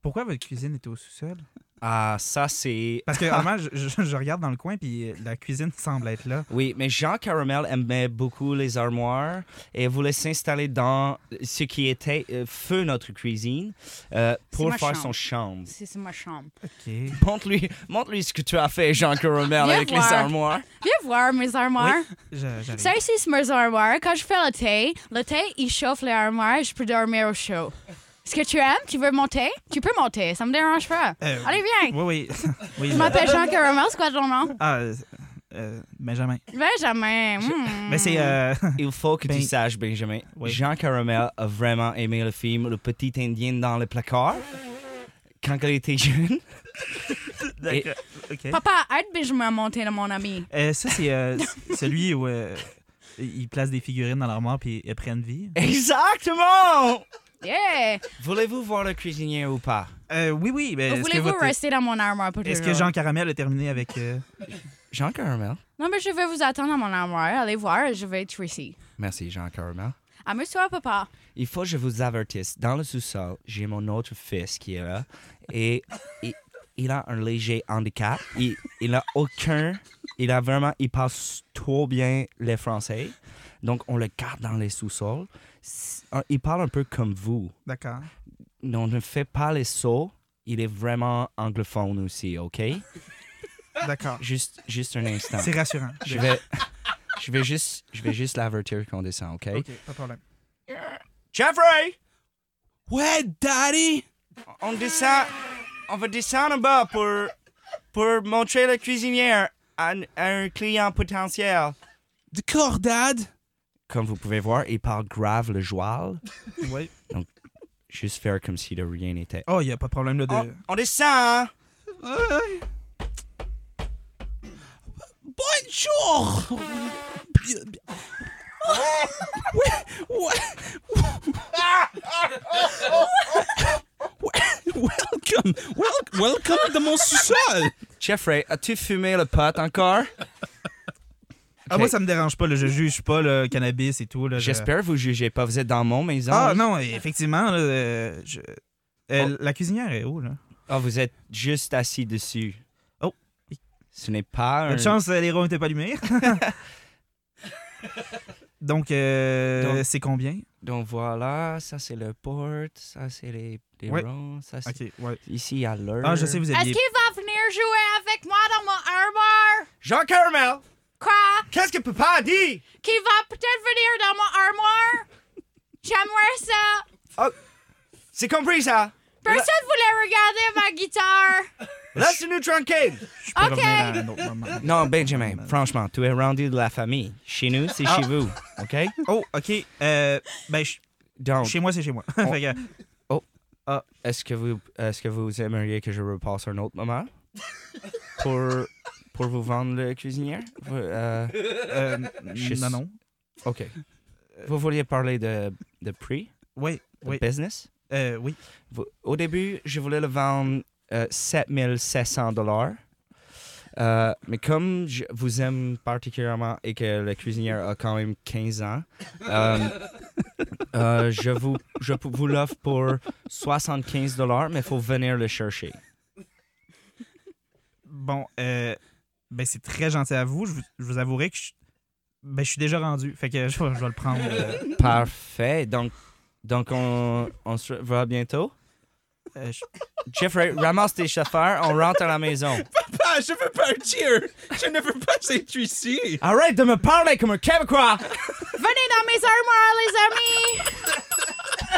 C: pourquoi votre cuisine était au sous-sol?
D: Ah, ça c'est...
C: Parce que
B: Ah.
C: vraiment, je, je- je regarde dans le coin, puis euh, la cuisine semble être là.
D: Oui, mais Jean Caramel aimait beaucoup les armoires et voulait s'installer dans ce qui était euh, feu notre cuisine euh, pour
B: ma
D: faire
B: chambre.
D: son chambre.
B: C'est, c'est ma chambre.
C: OK.
D: Montre-lui montre ce que tu as fait, Jean Caramel,
B: Viens
D: avec les
B: voir.
D: armoires.
B: Viens voir mes armoires.
C: J'arrive.
B: Ça ici, c'est mes armoires. Quand je fais le thé, le thé, il chauffe les armoires et je peux dormir au chaud. Est-ce que tu aimes? Tu veux monter? Tu peux monter, ça me dérange pas.
C: Euh,
B: Allez, viens!
C: Oui, oui. oui
B: Je
C: je-
B: m'appelle Jean Caramel, c'est quoi ton nom?
C: Ah, euh, euh, Benjamin.
B: Benjamin. hmm.
C: Mais c'est. euh,
D: Il faut que
C: Ben-
D: tu saches, Benjamin.
C: Oui.
D: Jean Caramel a vraiment aimé le film Le Petit Indien dans le placard quand il était jeune. Et-
C: OK.
B: Papa, aide Benjamin à monter, là, mon ami.
C: Euh, ça, c'est euh, c- celui où euh, ils placent des figurines dans l'armoire puis elles prennent vie.
D: Exactement!
B: Yeah!
D: Voulez-vous voir le cuisinier ou pas?
C: Euh, oui, oui. mais est-ce que,
B: Voulez-vous
C: votre-
B: rester dans mon armoire pour
C: est-ce que
B: toujours?
C: Jean Caramel a terminé avec. euh,
D: Jean Caramel.
B: Non, mais je vais vous attendre dans mon armoire. Allez voir, je vais être ici.
D: Merci, Jean Caramel.
B: Amuse-toi, papa.
D: Il faut que je vous avertisse. Dans le sous-sol, j'ai mon autre fils qui est là et il, il a un léger handicap. Il, il a aucun. Il a vraiment. Il passe trop bien les français. Donc, on le garde dans les sous-sols. S- un- Il parle un peu comme vous.
C: D'accord.
D: On ne fait pas les sauts. Il est vraiment anglophone aussi, OK?
C: D'accord.
D: Juste, juste un instant.
C: C'est rassurant.
D: Je vais, je vais juste, je vais juste l'avertir qu'on descend, OK?
C: OK, pas de problème.
D: Jeffrey!
A: Ouais, Daddy!
D: On descend. On va descendre en bas pour, pour montrer la cuisinière à, n- à un client potentiel.
A: D'accord, Dad!
D: Comme vous pouvez voir, il parle grave le joual.
C: Oui.
D: Juste faire comme si de rien n'était.
C: Oh, il n'y a pas de problème là, de.
B: Ah.
D: On, on descend! hein?
A: Bonjour! Welcome! Wel- welcome de mon sous-sol!
D: Jeffrey, as-tu fumé le pot encore?
C: Ah, moi, ça me dérange pas. Là, je juge pas le cannabis et tout. Là, je-
D: Euh, J'espère que vous jugez pas. Vous êtes dans mon maison.
C: Ah, non, effectivement. là, euh, je- euh, La cuisinière est où, là?
D: Ah, vous êtes juste assis dessus.
C: Oh.
D: Ce n'est pas un...
C: Bonne chance, euh, les ronds n'étaient pas allumés. Donc, euh,
D: Donc-
C: c'est combien?
D: Donc voilà, ça c'est le port, ça c'est les, les
C: Ouais.
D: ronds, ça c'est
C: OK, ouais.
D: ici il y a l'heure.
C: Ah, je sais, vous aviez...
B: Est-ce qu'il va venir jouer avec moi dans mon armoire?
D: Jean Carmel,
B: Quoi?
D: qu'est-ce que papa a dit?
B: Qu'il va peut-être venir dans mon armoire? J'aimerais ça.
D: C'est compris ça?
B: Personne voulait regarder ma guitare.
D: Laisse-nous tranquille!
C: Je peux revenir à un autre moment.
D: Non, Benjamin, franchement, tu es rendu de la famille. Chez nous, c'est chez vous, OK?
C: Oh, OK. Euh, ben, je-
D: Donc, ah,
C: chez moi, c'est chez moi. Fait que,
D: est-ce que, vous, est-ce que vous aimeriez que je repasse un autre moment pour, pour vous vendre le cuisinier? Vous, euh,
C: euh,
D: Je-
C: non, non.
D: OK. Vous vouliez parler de, de prix,
C: Oui,
D: de
C: oui.
D: business?
C: Euh, oui.
D: Vous- Au début, je voulais le vendre euh, 7600 dollars. Euh, mais comme je vous aime particulièrement et que la cuisinière a quand même 15 ans, euh, euh, je vous, je pou- vous l'offre pour 75 dollars, mais il faut venir le chercher.
C: Bon, euh, ben, c'est très gentil à vous. Je vous, je vous avouerai que je, ben, je suis déjà rendu. Fait que je, vais- je vais le prendre. euh,
D: Parfait. Donc, donc on, on se revoit bientôt.
C: euh, je-
D: Jeffrey, ramasse tes chauffeurs, on rentre à la maison.
A: Papa, Ah, je veux pas un cheer! Je ne veux pas être ici!
D: Arrête de me parler comme un Québécois!
B: Venez dans mes armoires, les amis.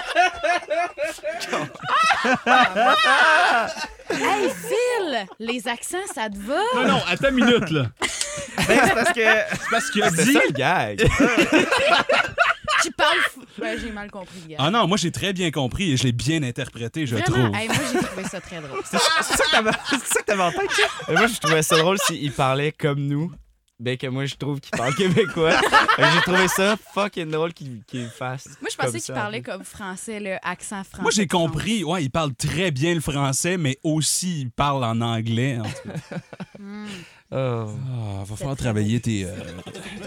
B: hey, Phil, les accents, ça te va?
A: Non, non, attends une minute, là.
C: Ben, c'est parce que...
A: C'est parce qu'il a
D: C'est
A: dit.
D: ça le gag!
B: Tu parles. f- Ouais, j'ai mal compris, gars.
A: Ah non, moi j'ai très bien compris et je l'ai bien interprété, je
B: Vraiment,
A: trouve.
B: hey, moi j'ai trouvé ça très drôle.
C: C'est c'est ça que t'avais- c'est ça que t'avais en tête, Jeff?
D: Et moi, je trouvais ça drôle s'il parlait comme nous. Ben que moi, je trouve qu'il parle québécois. Fait que J'ai trouvé ça fucking drôle qu'il qu'il fasse.
B: Moi je pensais
D: comme
B: qu'il
D: ça.
B: parlait comme français, le accent français.
A: Moi j'ai
B: de France.
A: compris, ouais, il parle très bien le français, mais aussi il parle en anglais. en tout cas.
B: Hmm.
D: Oh.
A: Ah, va falloir travailler tes, euh,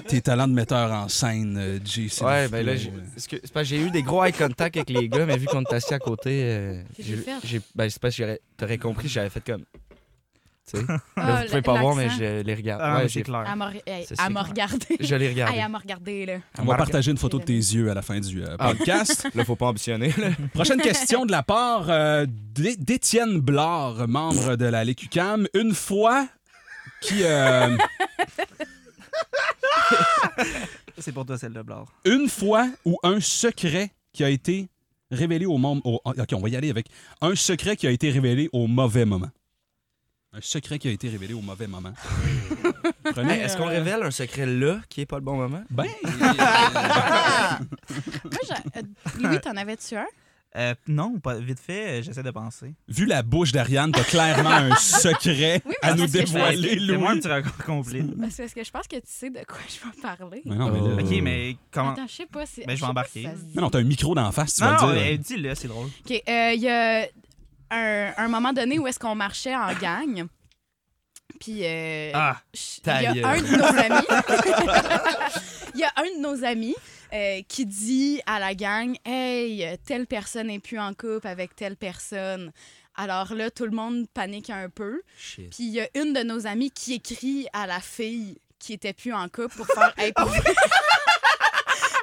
A: tes talents de metteur en scène, euh, Jay. s'il
D: Ouais,
A: vous
D: ben
A: plaît.
D: là, j'ai- parce que- c'est parce que j'ai eu des gros eye contact avec les gars, mais vu qu'on était assis à côté, euh,
B: Qu'est-ce que j'ai fait?
D: j'ai- ben c'est parce que j'aurais- t'aurais compris, j'avais fait comme. Tu sais, Là,
B: Ah,
D: vous pouvez pas voir, mais
B: l'accent.
D: je les regarde.
C: Ah,
D: Ouais,
C: mais
D: j'ai-
C: c'est clair.
B: Elle m'a re- hey,
D: Ça, c'est
B: elle m'a
D: clair.
B: regardé.
D: Je les
B: Hey,
D: regarde.
B: elle m'a regardé, là.
A: On va partager une photo de tes yeux à la fin du euh,
D: Ah.
A: podcast.
D: Là, faut pas ambitionner. là.
A: Prochaine question de la part euh, d'É- d'Étienne Blard, membre de la LQCAM. Une fois qui euh,
C: C'est pour toi, celle de Blard.
A: une fois ou un secret qui a été révélé au monde. au- ah, ok, on va y aller avec un secret qui a été révélé au mauvais moment. Un secret qui a été révélé au mauvais moment. Prenez,
D: Hey, Est-ce qu'on
A: euh,
D: révèle un secret là qui est pas le bon moment?
A: Ben,
B: Moi, j'ai- euh, Louis, t'en avais-tu un?
C: Euh, non, pas, vite fait, euh, j'essaie de penser.
A: vu la bouche d'Ariane, t'as clairement un secret
B: Oui, mais
A: à nous
B: c'est ce que je
A: dévoiler,
C: moi Euh, un
A: Louis.
C: petit record complet.
B: Parce que- Ben, parce que je pense que tu sais de quoi je vais parler.
A: Mais non, mais là-
C: Oh. OK, mais comment...
B: Attends, je sais pas si.
C: Ben, je vais
B: sais pas
C: embarquer.
B: si ça se dit.
A: Non, non, t'as un micro d'en face, tu
C: Non,
A: vas
C: non,
A: le dire.
C: euh, dis-le, c'est drôle.
B: OK, euh, il y a un, un moment donné où est-ce qu'on marchait en gang. Puis. euh,
C: Ah,
B: je-
D: ta
B: il y
D: gueule.
B: a un de nos amis. Il y a un de nos amis euh, qui dit à la gang Hey, telle personne n'est plus en couple avec telle personne. Alors là, tout le monde panique un peu.
D: Shit.
B: Puis il y a une de nos amies qui écrit à la fille qui était plus en couple pour faire hey, pour... vrai-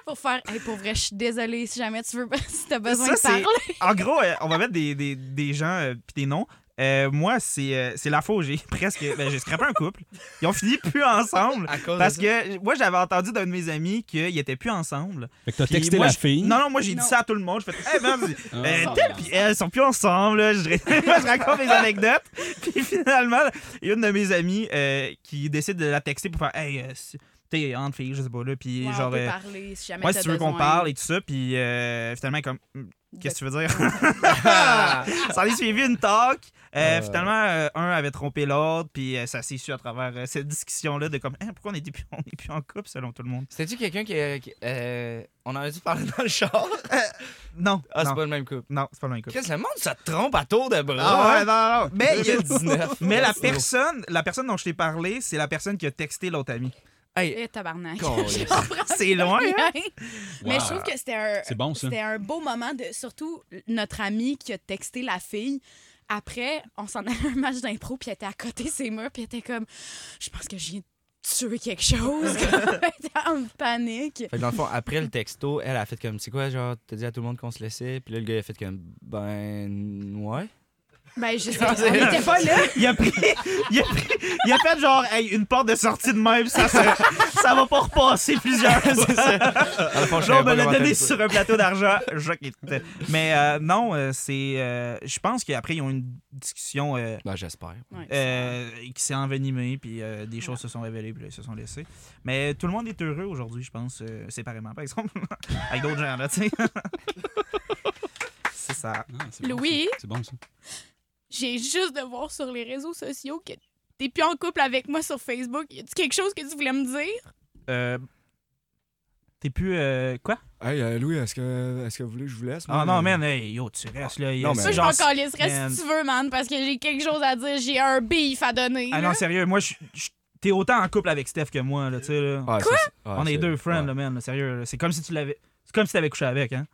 B: pour faire hey, pour vrai, je suis désolée si jamais tu veux si t'as besoin
C: Ça, c'est-
B: de parler.
C: en gros, euh, on va mettre des, des, des gens euh, pis des noms. Euh, moi, c'est euh, c'est la j'ai presque... Ben, j'ai scrapé un couple. Ils ont fini plus ensemble.
D: À cause
C: Parce
D: de ça.
C: que moi, j'avais entendu d'un de mes amis qu'ils étaient plus ensemble.
A: Fait que t'as
C: Puis
A: texté
C: moi,
A: la
C: je-
A: fille.
C: Non, non, moi, j'ai
B: Non.
C: dit ça à tout le monde. Je fais, hey, man,
A: Ah.
C: euh, tel puis elle, ils sont plus ensemble. là. Je, moi, je raconte mes anecdotes. Puis finalement, il y a une de mes amies euh, qui décide de la texter pour faire, hey, euh, si- t'es entre filles, je sais pas, là. Puis
B: Ouais, on
C: genre,
B: peut
C: euh,
B: parler si jamais
C: ouais,
B: t'as
C: si tu veux qu'on
B: besoin
C: parle et tout ça. Puis euh, finalement, comme,
B: de-
C: qu'est-ce que tu veux dire? ça en est suivi une talk. Euh,
D: Euh.
C: Finalement, euh, un avait trompé l'autre, puis euh, ça s'est su à travers euh, cette discussion-là de comme, Hein, pourquoi on n'est plus, on est plus en couple selon tout le monde?
D: C'était-tu quelqu'un qui. euh, qui- euh, on aurait dû parler dans le char?
C: Non,
D: Ah,
C: non,
D: c'est pas le même couple.
C: non, c'est pas le même couple.
D: Qu'est-ce que le monde se trompe à tour de bras?
C: Ah ouais, non, non, non. Mais, il y a-
D: 2019.
C: mais la
D: Yes,
C: personne, la personne dont je t'ai parlé, c'est la personne qui a texté l'autre ami.
D: no. Hey,
B: Eh, tabarnak.
D: Colisse.
C: C'est loin. hein?
B: Mais je
A: Wow.
B: trouve que c'était un,
A: C'est bon, ça.
B: c'était un beau moment de surtout notre amie qui a texté la fille. Après, on s'en allait à un match d'impro, puis elle était à côté de ses murs, puis elle était comme Je pense que j'ai tuer quelque chose. comme, en panique.
D: Fait que dans le fond, après le texto, elle a fait comme, c'est quoi, genre, t'as dit à tout le monde qu'on se laissait, puis là, le gars, il a fait comme, ben, ouais.
B: Ben, je sais pas, on était pas là.
C: Il a pris. Il a, pris, il a fait genre hey, une porte de sortie de même, ça, ça, ça va pas repasser plusieurs.
D: c'est ça. Dans le fond, je
C: Genre, on
D: savais
C: me
D: pas
C: l'a
D: comment
C: donné
D: faire ça.
C: sur un plateau d'argent. Jacques est- Mais euh, non, euh, c'est. euh, je pense qu'après, ils ont eu une discussion euh,
D: Ben, j'espère.
C: euh, qui s'est envenimée, puis euh, des choses se sont révélées, puis là, ils se sont laissés. Mais tout le monde est heureux aujourd'hui, je pense, euh, séparément, par exemple. Avec d'autres gens, là, tu sais. c'est ça.
A: Ah, c'est bon,
B: Louis?
A: ça. C'est bon, ça.
B: J'ai juste de voir sur les réseaux sociaux que t'es plus en couple avec moi sur Facebook. Y a-tu quelque chose que tu voulais me dire?
C: Euh, T'es plus. euh, quoi?
F: Hey, euh, Louis, est-ce que, est-ce que vous voulez que je vous laisse?
C: Ah
F: moi?
C: non, man, hey, yo, tu restes là. il y a-
F: Non, mais-
B: Ça, je
C: Ben, genre-
B: m'en calisserais
C: man.
B: si tu veux, man, parce que j'ai quelque chose à dire. J'ai un beef à donner.
C: Ah
B: là.
C: non, sérieux, moi, je- je- t'es autant en couple avec Steph que moi, là, tu sais, là.
D: Ouais,
B: Quoi?
D: c'est- ouais,
C: On est
D: Ah, c'est-
C: deux friends,
D: ouais,
C: là, man, là, sérieux. là. C'est comme si tu l'avais. C'est comme si t'avais couché avec, hein.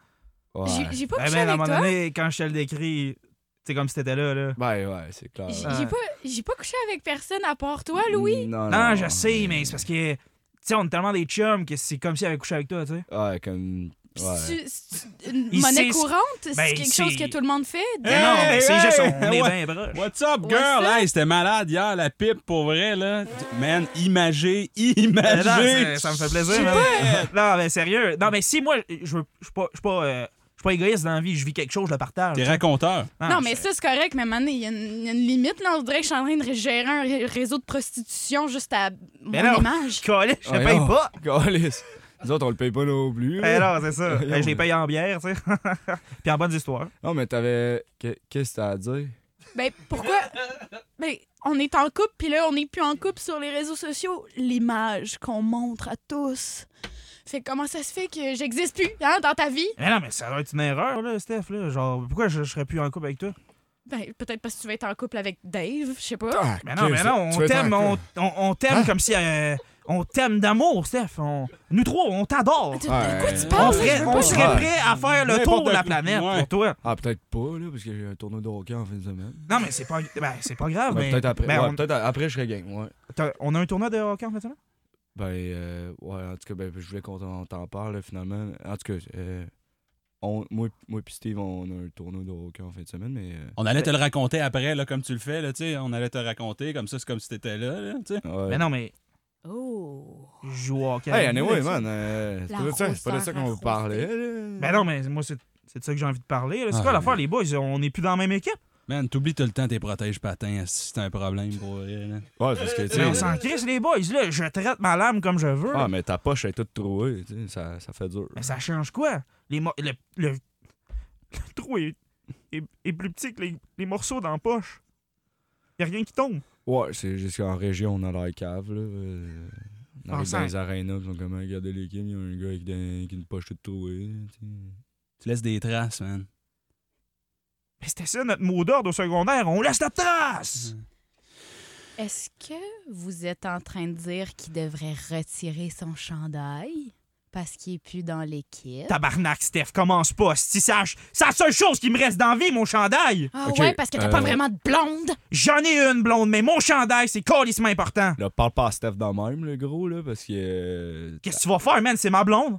D: ouais.
B: J'ai- J'ai pas
C: Ben,
B: couché
C: man, à un
B: avec
C: moment
B: toi.
C: donné, quand je te le décris, c'est comme si t'étais là, là.
D: Ouais, Ben, ouais, c'est clair.
B: J'ai
C: Ouais.
B: j'ai pas, j'ai pas couché avec personne à part toi, Ah,
C: Mm,
B: Louis.
D: Non,
C: Ah, Non, je sais, mais c'est parce que. Tu sais, on est tellement des chums que c'est comme si avait couché avec toi, tu sais.
D: Ouais, comme.
B: Puis
D: Ouais.
B: c'est- c'est une
C: Il
B: monnaie
C: sait-
B: courante,
C: Ben,
B: c'est quelque chose
C: c'est-
B: que tout le monde fait.
C: Mais non, mais
A: Hey,
C: c'est
A: hey,
C: juste, on est
A: ouais.
C: bien proches.
A: What's up,
B: What's
A: girl?
B: up?
A: Hey, c'était malade hier, la pipe, pour vrai, là. Man, imagé,
C: Mais non,
A: imagé.
C: c'est- ça me fait plaisir, man. Non, mais sérieux. Non, mais si moi, je veux- je suis pas. Je suis pas, euh, je suis pas égoïste dans la vie, je vis quelque chose, je le partage.
A: T'es raconteur.
B: non, mais ça, c'est correct, mais man, il y, a une il y a une limite. Là, on dirait que je suis en train de gérer un ré- réseau de prostitution juste à mon
C: Ben non.
B: image.
C: Calais, je te
D: Ouais,
C: paye
D: non.
C: pas.
D: Calisse. Nous autres, on le paye pas non plus.
C: Eh
D: là.
C: non, c'est ça.
D: Voyons.
C: Eh, je les paye en bière, tu sais. Puis en bonnes histoires.
D: Non, mais t'avais. que- Qu'est-ce que t'as à dire?
B: Ben, pourquoi? Ben, on est en couple, puis là, on n'est plus en couple sur les réseaux sociaux. L'image qu'on montre à tous. Fait que comment ça se fait que j'existe plus, hein, dans ta vie?
C: Mais non, mais ça doit être une erreur, là, Steph. Là. Genre, pourquoi je, je serais plus en couple avec toi?
B: Ben, peut-être parce que tu vas être en couple avec Dave, je sais pas.
F: Ah,
C: Mais non,
F: Chris,
C: mais non,
F: tu
C: on
F: veux être
C: t'aime,
F: en
C: on,
F: couple?
C: on, on t'aime comme si. euh, on t'aime d'amour, Steph. On- nous trois, on
D: Oh,
C: t'adore.
B: De, de quoi
F: Ouais.
B: tu
C: On
B: parles? là?
C: serait,
B: Je veux
C: on
B: pas-
C: serait
F: Ouais.
C: prêt à faire le tour
A: N'importe
C: de la
A: quoi.
C: planète
A: Ouais.
C: pour toi.
F: Ah, peut-être pas, là, parce que j'ai un tournoi de hockey en fin de semaine.
C: Non, mais c'est pas, ben, c'est pas grave.
D: Ben,
C: mais,
D: peut-être après.
C: ben,
D: ouais,
C: on-
D: Peut-être a- après, je serais game, ouais.
C: t'as- on, a un tournoi de hockey en fait, là?
D: Ben, euh, ouais, en tout cas, ben, je voulais qu'on t'en- t'en parle, là, finalement. En tout cas, euh, on, moi, moi pis Steve, on a un tournoi de hockey en fin de semaine, mais. euh,
A: On allait te le raconter après, là, comme tu le fais, là, tu sais. On allait te raconter, comme ça, c'est comme si t'étais là, là, tu sais.
D: euh, ouais.
C: Mais Ben non, mais
B: Oh.
C: je joue au hockey.
D: Hey,
C: avec
D: anyway,
C: vous, là,
D: man, euh, c'est
B: La
D: pas de ça, c'est pas de ça
B: grosseur
D: qu'on
B: arrosée.
D: parlait, là.
C: tu sais. Ben non, mais moi, c'est, c'est de ça que j'ai envie de parler. là. C'est
D: Ah,
C: quoi l'affaire,
D: ouais.
C: les boys? On n'est plus dans la même équipe.
A: Man, t'oublies tout le temps tes protèges patins, si c'est un problème pour vrai, là.
D: Ouais, parce que, tu
C: Mais Ben on
D: sais.
C: s'en crisse, les boys. Là, je traite ma lame comme je veux.
D: Ah, mais ta poche est toute trouée, tu sais, ça, ça fait dur.
C: Mais ça change quoi? Les mo- le, le- le trou est, est- est plus petit que les, les morceaux dans la poche. Y a rien qui tombe.
D: Ouais, c'est juste qu'en région, on a l'air cave, là. euh, on
C: Ah,
D: arrive
C: ça-
D: dans les arénas, pis on commence à regarder l'équipe, il y a un gars avec, des- avec une poche toute trouée, là, tu sais.
A: Tu laisses des traces, man.
C: Mais c'était ça notre mot d'ordre au secondaire. On laisse notre trace!
B: Est-ce que vous êtes en train de dire qu'il devrait retirer son chandail parce qu'il est plus dans l'équipe?
C: Tabarnak, Steph, commence pas. Si ça, c'est la seule chose qui me reste dans la vie, mon chandail.
B: Ah
D: Ok,
B: ouais, parce que t'as pas
D: euh,
B: vraiment de blonde?
C: J'en ai une blonde, mais mon chandail, c'est colissement important.
D: Là, parle pas à Steph dans le même, le gros, là, parce que. euh,
C: Qu'est-ce que tu vas faire, man? C'est ma blonde.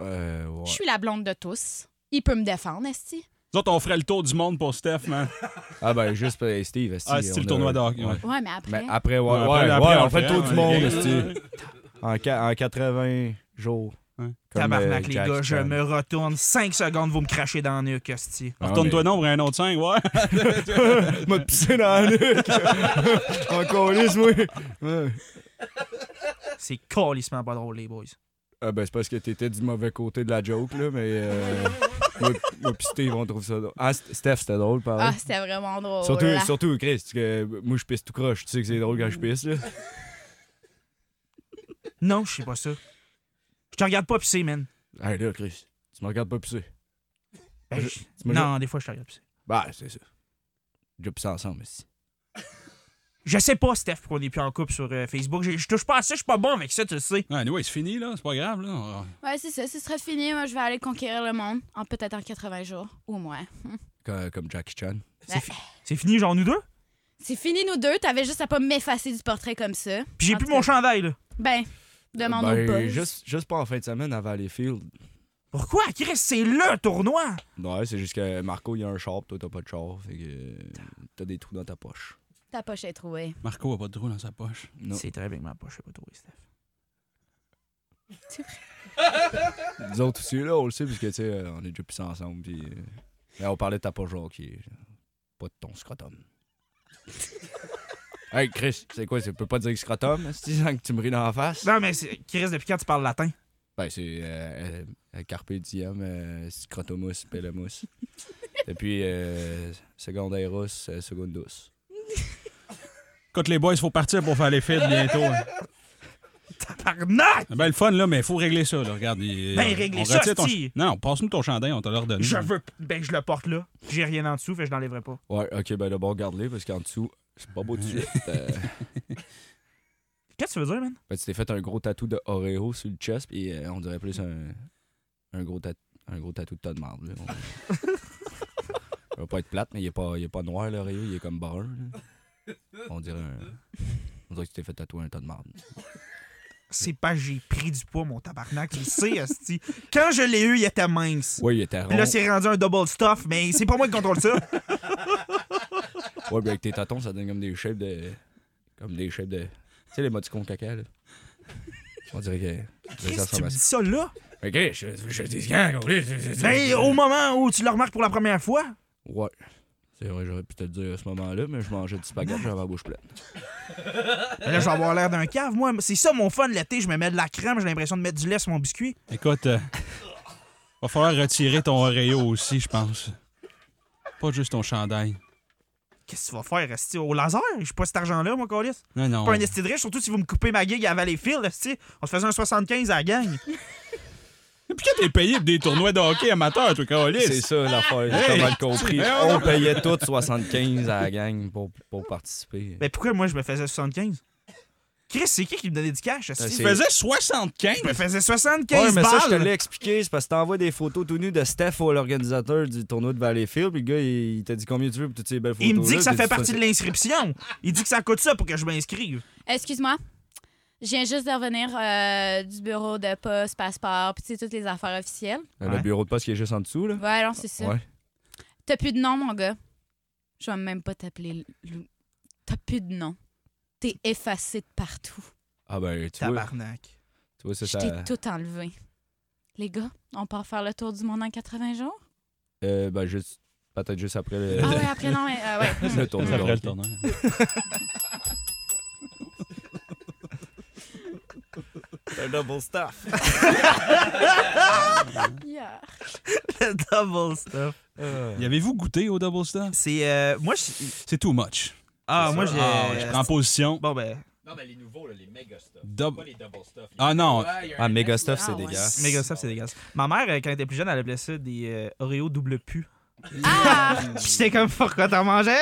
D: Euh, ouais.
B: Je suis la blonde de tous. Il peut me défendre, Esti.
A: Nous autres, on ferait le tour du monde pour Steph, man.
D: Ah, ben, juste pour hey, Steve. esti,
A: Ah, c'est
D: on
A: le tournoi
D: a-
A: de hockey, ouais.
B: Ouais, mais après.
D: Mais après, ouais, ouais,
A: après,
D: ouais,
A: après,
D: on fait le tour
A: ouais,
D: du monde,
A: ouais.
D: esti. En, ca- en 80 jours.
A: Ouais.
D: Comme,
C: Tabarnak,
D: euh,
C: les
D: Jackie
C: gars, je
D: Chan.
C: me retourne 5 secondes, vous me crachez dans le nuque, hostie.
D: Ah,
A: Retourne-toi non pour un autre 5, ouais.
D: mais- M'a pissé dans la nuque. Encore lisse, moi. Ouais.
C: C'est colissement pas drôle, les boys.
D: Ah, ben, c'est parce que t'étais du mauvais côté de la joke, là, mais. Euh, moi, moi pis Steve, on trouve ça drôle. Ah, St- Steph, c'était drôle,
B: Ah,
D: pardon.
B: c'était vraiment drôle. hein.
D: Surtout,
B: là.
D: surtout, Chris, parce que euh, moi je pisse tout croche, tu sais que c'est drôle quand je pisse là.
C: Non, je sais pas ça. Je te regarde pas pisser, man.
D: Hey là, Chris, tu me regardes pas pisser.
C: Ben,
D: Je-
C: je-
D: tu me
C: Non, des fois, je te regarde pisser.
D: Bah, c'est ça. J'ai pissé ensemble ici.
C: Je sais pas, Steph, pourquoi on est plus en couple sur euh, Facebook. Je, je touche pas à ça, je suis pas bon avec ça, tu le sais.
A: Ouais, anyway, c'est fini, là. C'est pas grave, là. On-
B: Ouais, c'est ça. Ce serait fini. Moi, je vais aller conquérir le monde. En peut-être en 80 jours. Ou moins.
D: Comme, comme Jackie Chan.
B: Ben,
C: C'est fini, genre nous deux?
B: C'est fini, nous deux. T'avais juste à pas m'effacer du portrait comme ça.
C: Puis j'ai
B: En
C: plus
B: tout
C: mon
B: cas,
C: chandail, là.
B: Ben, demande
D: Ben,
B: au boss.
D: Juste, juste pas en fin de semaine à Valleyfield.
C: Pourquoi? Chris, c'est le tournoi!
D: Ouais, c'est juste que Marco, il y a un char, pis toi, t'as pas de char. Fait que euh, t'as des trous dans ta poche.
B: Ta poche est trouée.
A: Marco a pas de trou dans sa poche.
D: Non.
C: C'est très bien, ma poche, je sais pas trop, Steph.
D: Nous autres aussi, là, on le sait, parce que, tu sais, euh, on est déjà plus ensemble, puis euh, ben, on parlait de ta poche de hockey, pas de ton scrotum. hey, Chris, c'est quoi, tu peux pas dire scrotum, c'est sans que tu me ris dans la face?
C: Non, mais c'est- Chris, depuis quand tu parles latin?
D: Ben, c'est euh, euh, carpe diem, euh, scrotomus, pelemus. Et puis, euh, secondairus, euh, secundus.
A: Écoute, les boys, faut partir pour faire les fêtes bientôt. hein.
C: Tabarnak!
A: Ben, le fun, là, mais faut régler ça, là. Regarde. il- euh,
C: Ben, réglez
A: on
C: ça,
A: retire ton...
C: hostie.
A: Non, non, passe-nous ton chandail, on te l'a redonné.
C: Je veux. Ben, je le porte là. J'ai rien en dessous, fait que je l'enlèverai pas.
D: Ouais, ok, ben d'abord, garde-les, parce qu'en dessous, c'est pas beau de suite. Euh,
C: Qu'est-ce que tu veux dire, man?
D: ben, tu t'es fait un gros tatou de Oreo sur le chest, et on dirait plus un, un gros tatou. Un gros tatou de tas de marde. là. On- Il va pas être plate, mais il est pas, il est pas noir, l'Oreo, il est comme brun. là. On dirait un... On dirait que tu t'es fait tatouer un tas de marde.
C: C'est pas j'ai pris du poids, mon tabarnak, tu le sais, hostie. Quand je l'ai eu, il était mince.
D: Oui, il était rond.
C: Puis là, c'est rendu un double stuff, mais c'est pas moi qui contrôle ça.
D: Ouais, ben avec tes tatons, ça donne comme des shapes de. Comme des shapes de. Tu sais, les moticons caca, là. On dirait que.
C: Chris,
D: ça
C: tu
D: ressemble
C: me
D: à
C: dis
D: ça.
C: ça là?
D: Ok, je, je dis quand, gros, c'est- c'est-
C: Ben,
D: c'est-
C: au moment où tu le remarques pour la première fois,
D: Ouais. C'est vrai, j'aurais pu te le dire à ce moment-là, mais je mangeais du spaghetti, j'avais la bouche pleine.
C: ben là, je vais avoir l'air d'un cave, moi. C'est ça mon fun l'été, je me mets de la crème, j'ai l'impression de mettre du lait sur mon biscuit.
A: Écoute, euh, va falloir retirer ton Oreo aussi, je pense. Pas juste ton chandail.
C: Qu'est-ce que tu vas faire, hostie? Au laser? Je suis pas cet argent-là, moi, Colis.
A: Non, non.
C: pas un esti de riche, surtout si vous me coupez ma gig à Valleyfield, esti. On se faisait un 75 à la gang.
A: Puis quand t'es payé pour des tournois de hockey amateur, toi,
D: C'est
A: Carolis?
D: ça l'affaire, j'ai pas mal compris. On payait tous 75 à la gang pour, pour participer.
C: Mais pourquoi moi je me faisais 75? Chris, c'est qui qui me donnait du cash,
D: Ah,
C: esti?
D: c'est-
A: Tu faisais 75?
C: Je me faisais
D: Ouais,
C: 75
D: mais ça, je te
C: balles.
D: l'ai expliqué. C'est parce que t'envoies des photos tout nues de Steph, oh, l'organisateur du tournoi de Valleyfield. Puis le gars, il, il t'a dit combien tu veux pour toutes ces belles photos.
C: Il me dit que ça fait partie de l'inscription. Il dit que ça coûte ça pour que je m'inscrive.
B: Excuse-moi. Je viens juste de revenir euh, du bureau de poste, passeport, puis tu sais, toutes les affaires officielles.
C: Ouais.
D: Le bureau de poste qui est juste en dessous, là.
B: Ouais, non, c'est ça.
D: Ouais.
B: T'as plus de nom, mon gars. Je vais même pas t'appeler Lou. T'as plus de nom. T'es effacé de partout.
D: Ah ben, tu vois,
C: Tabarnak.
D: tu vois, ça, euh,
B: Je
D: ça-
B: t'ai tout enlevé. Les gars, on part faire le tour du monde en 80 jours?
D: Euh, ben, juste... Peut-être juste après le,
B: Ah ouais, après non, mais, euh, ouais.
D: le tournoi.
A: Ça ferait le
D: Ok.
A: tournoi.
G: C'est un double staff.
B: Yeah.
C: Le double stuff.
A: Y avez-vous goûté au double stuff?
C: C'est. euh, moi, je.
A: C'est too much.
C: Ah, moi, j'ai.
A: Ah, je prends position.
C: Bon, ben.
H: Non, mais les nouveaux, là, les méga stuff.
A: Dub-
H: Pas les double stuff.
A: Ah non,
H: Ouais, il y a
D: Ah,
H: un
D: méga
H: S,
D: stuff,
B: Ah
D: c'est
B: ouais.
D: dégueulasse.
C: Méga stuff, c'est dégueulasse. Ma mère, euh, quand elle était plus jeune, elle appelait ça des euh, Oreo double pu.
B: Ah!
C: Puis j'étais comme, pourquoi t'en mangeais?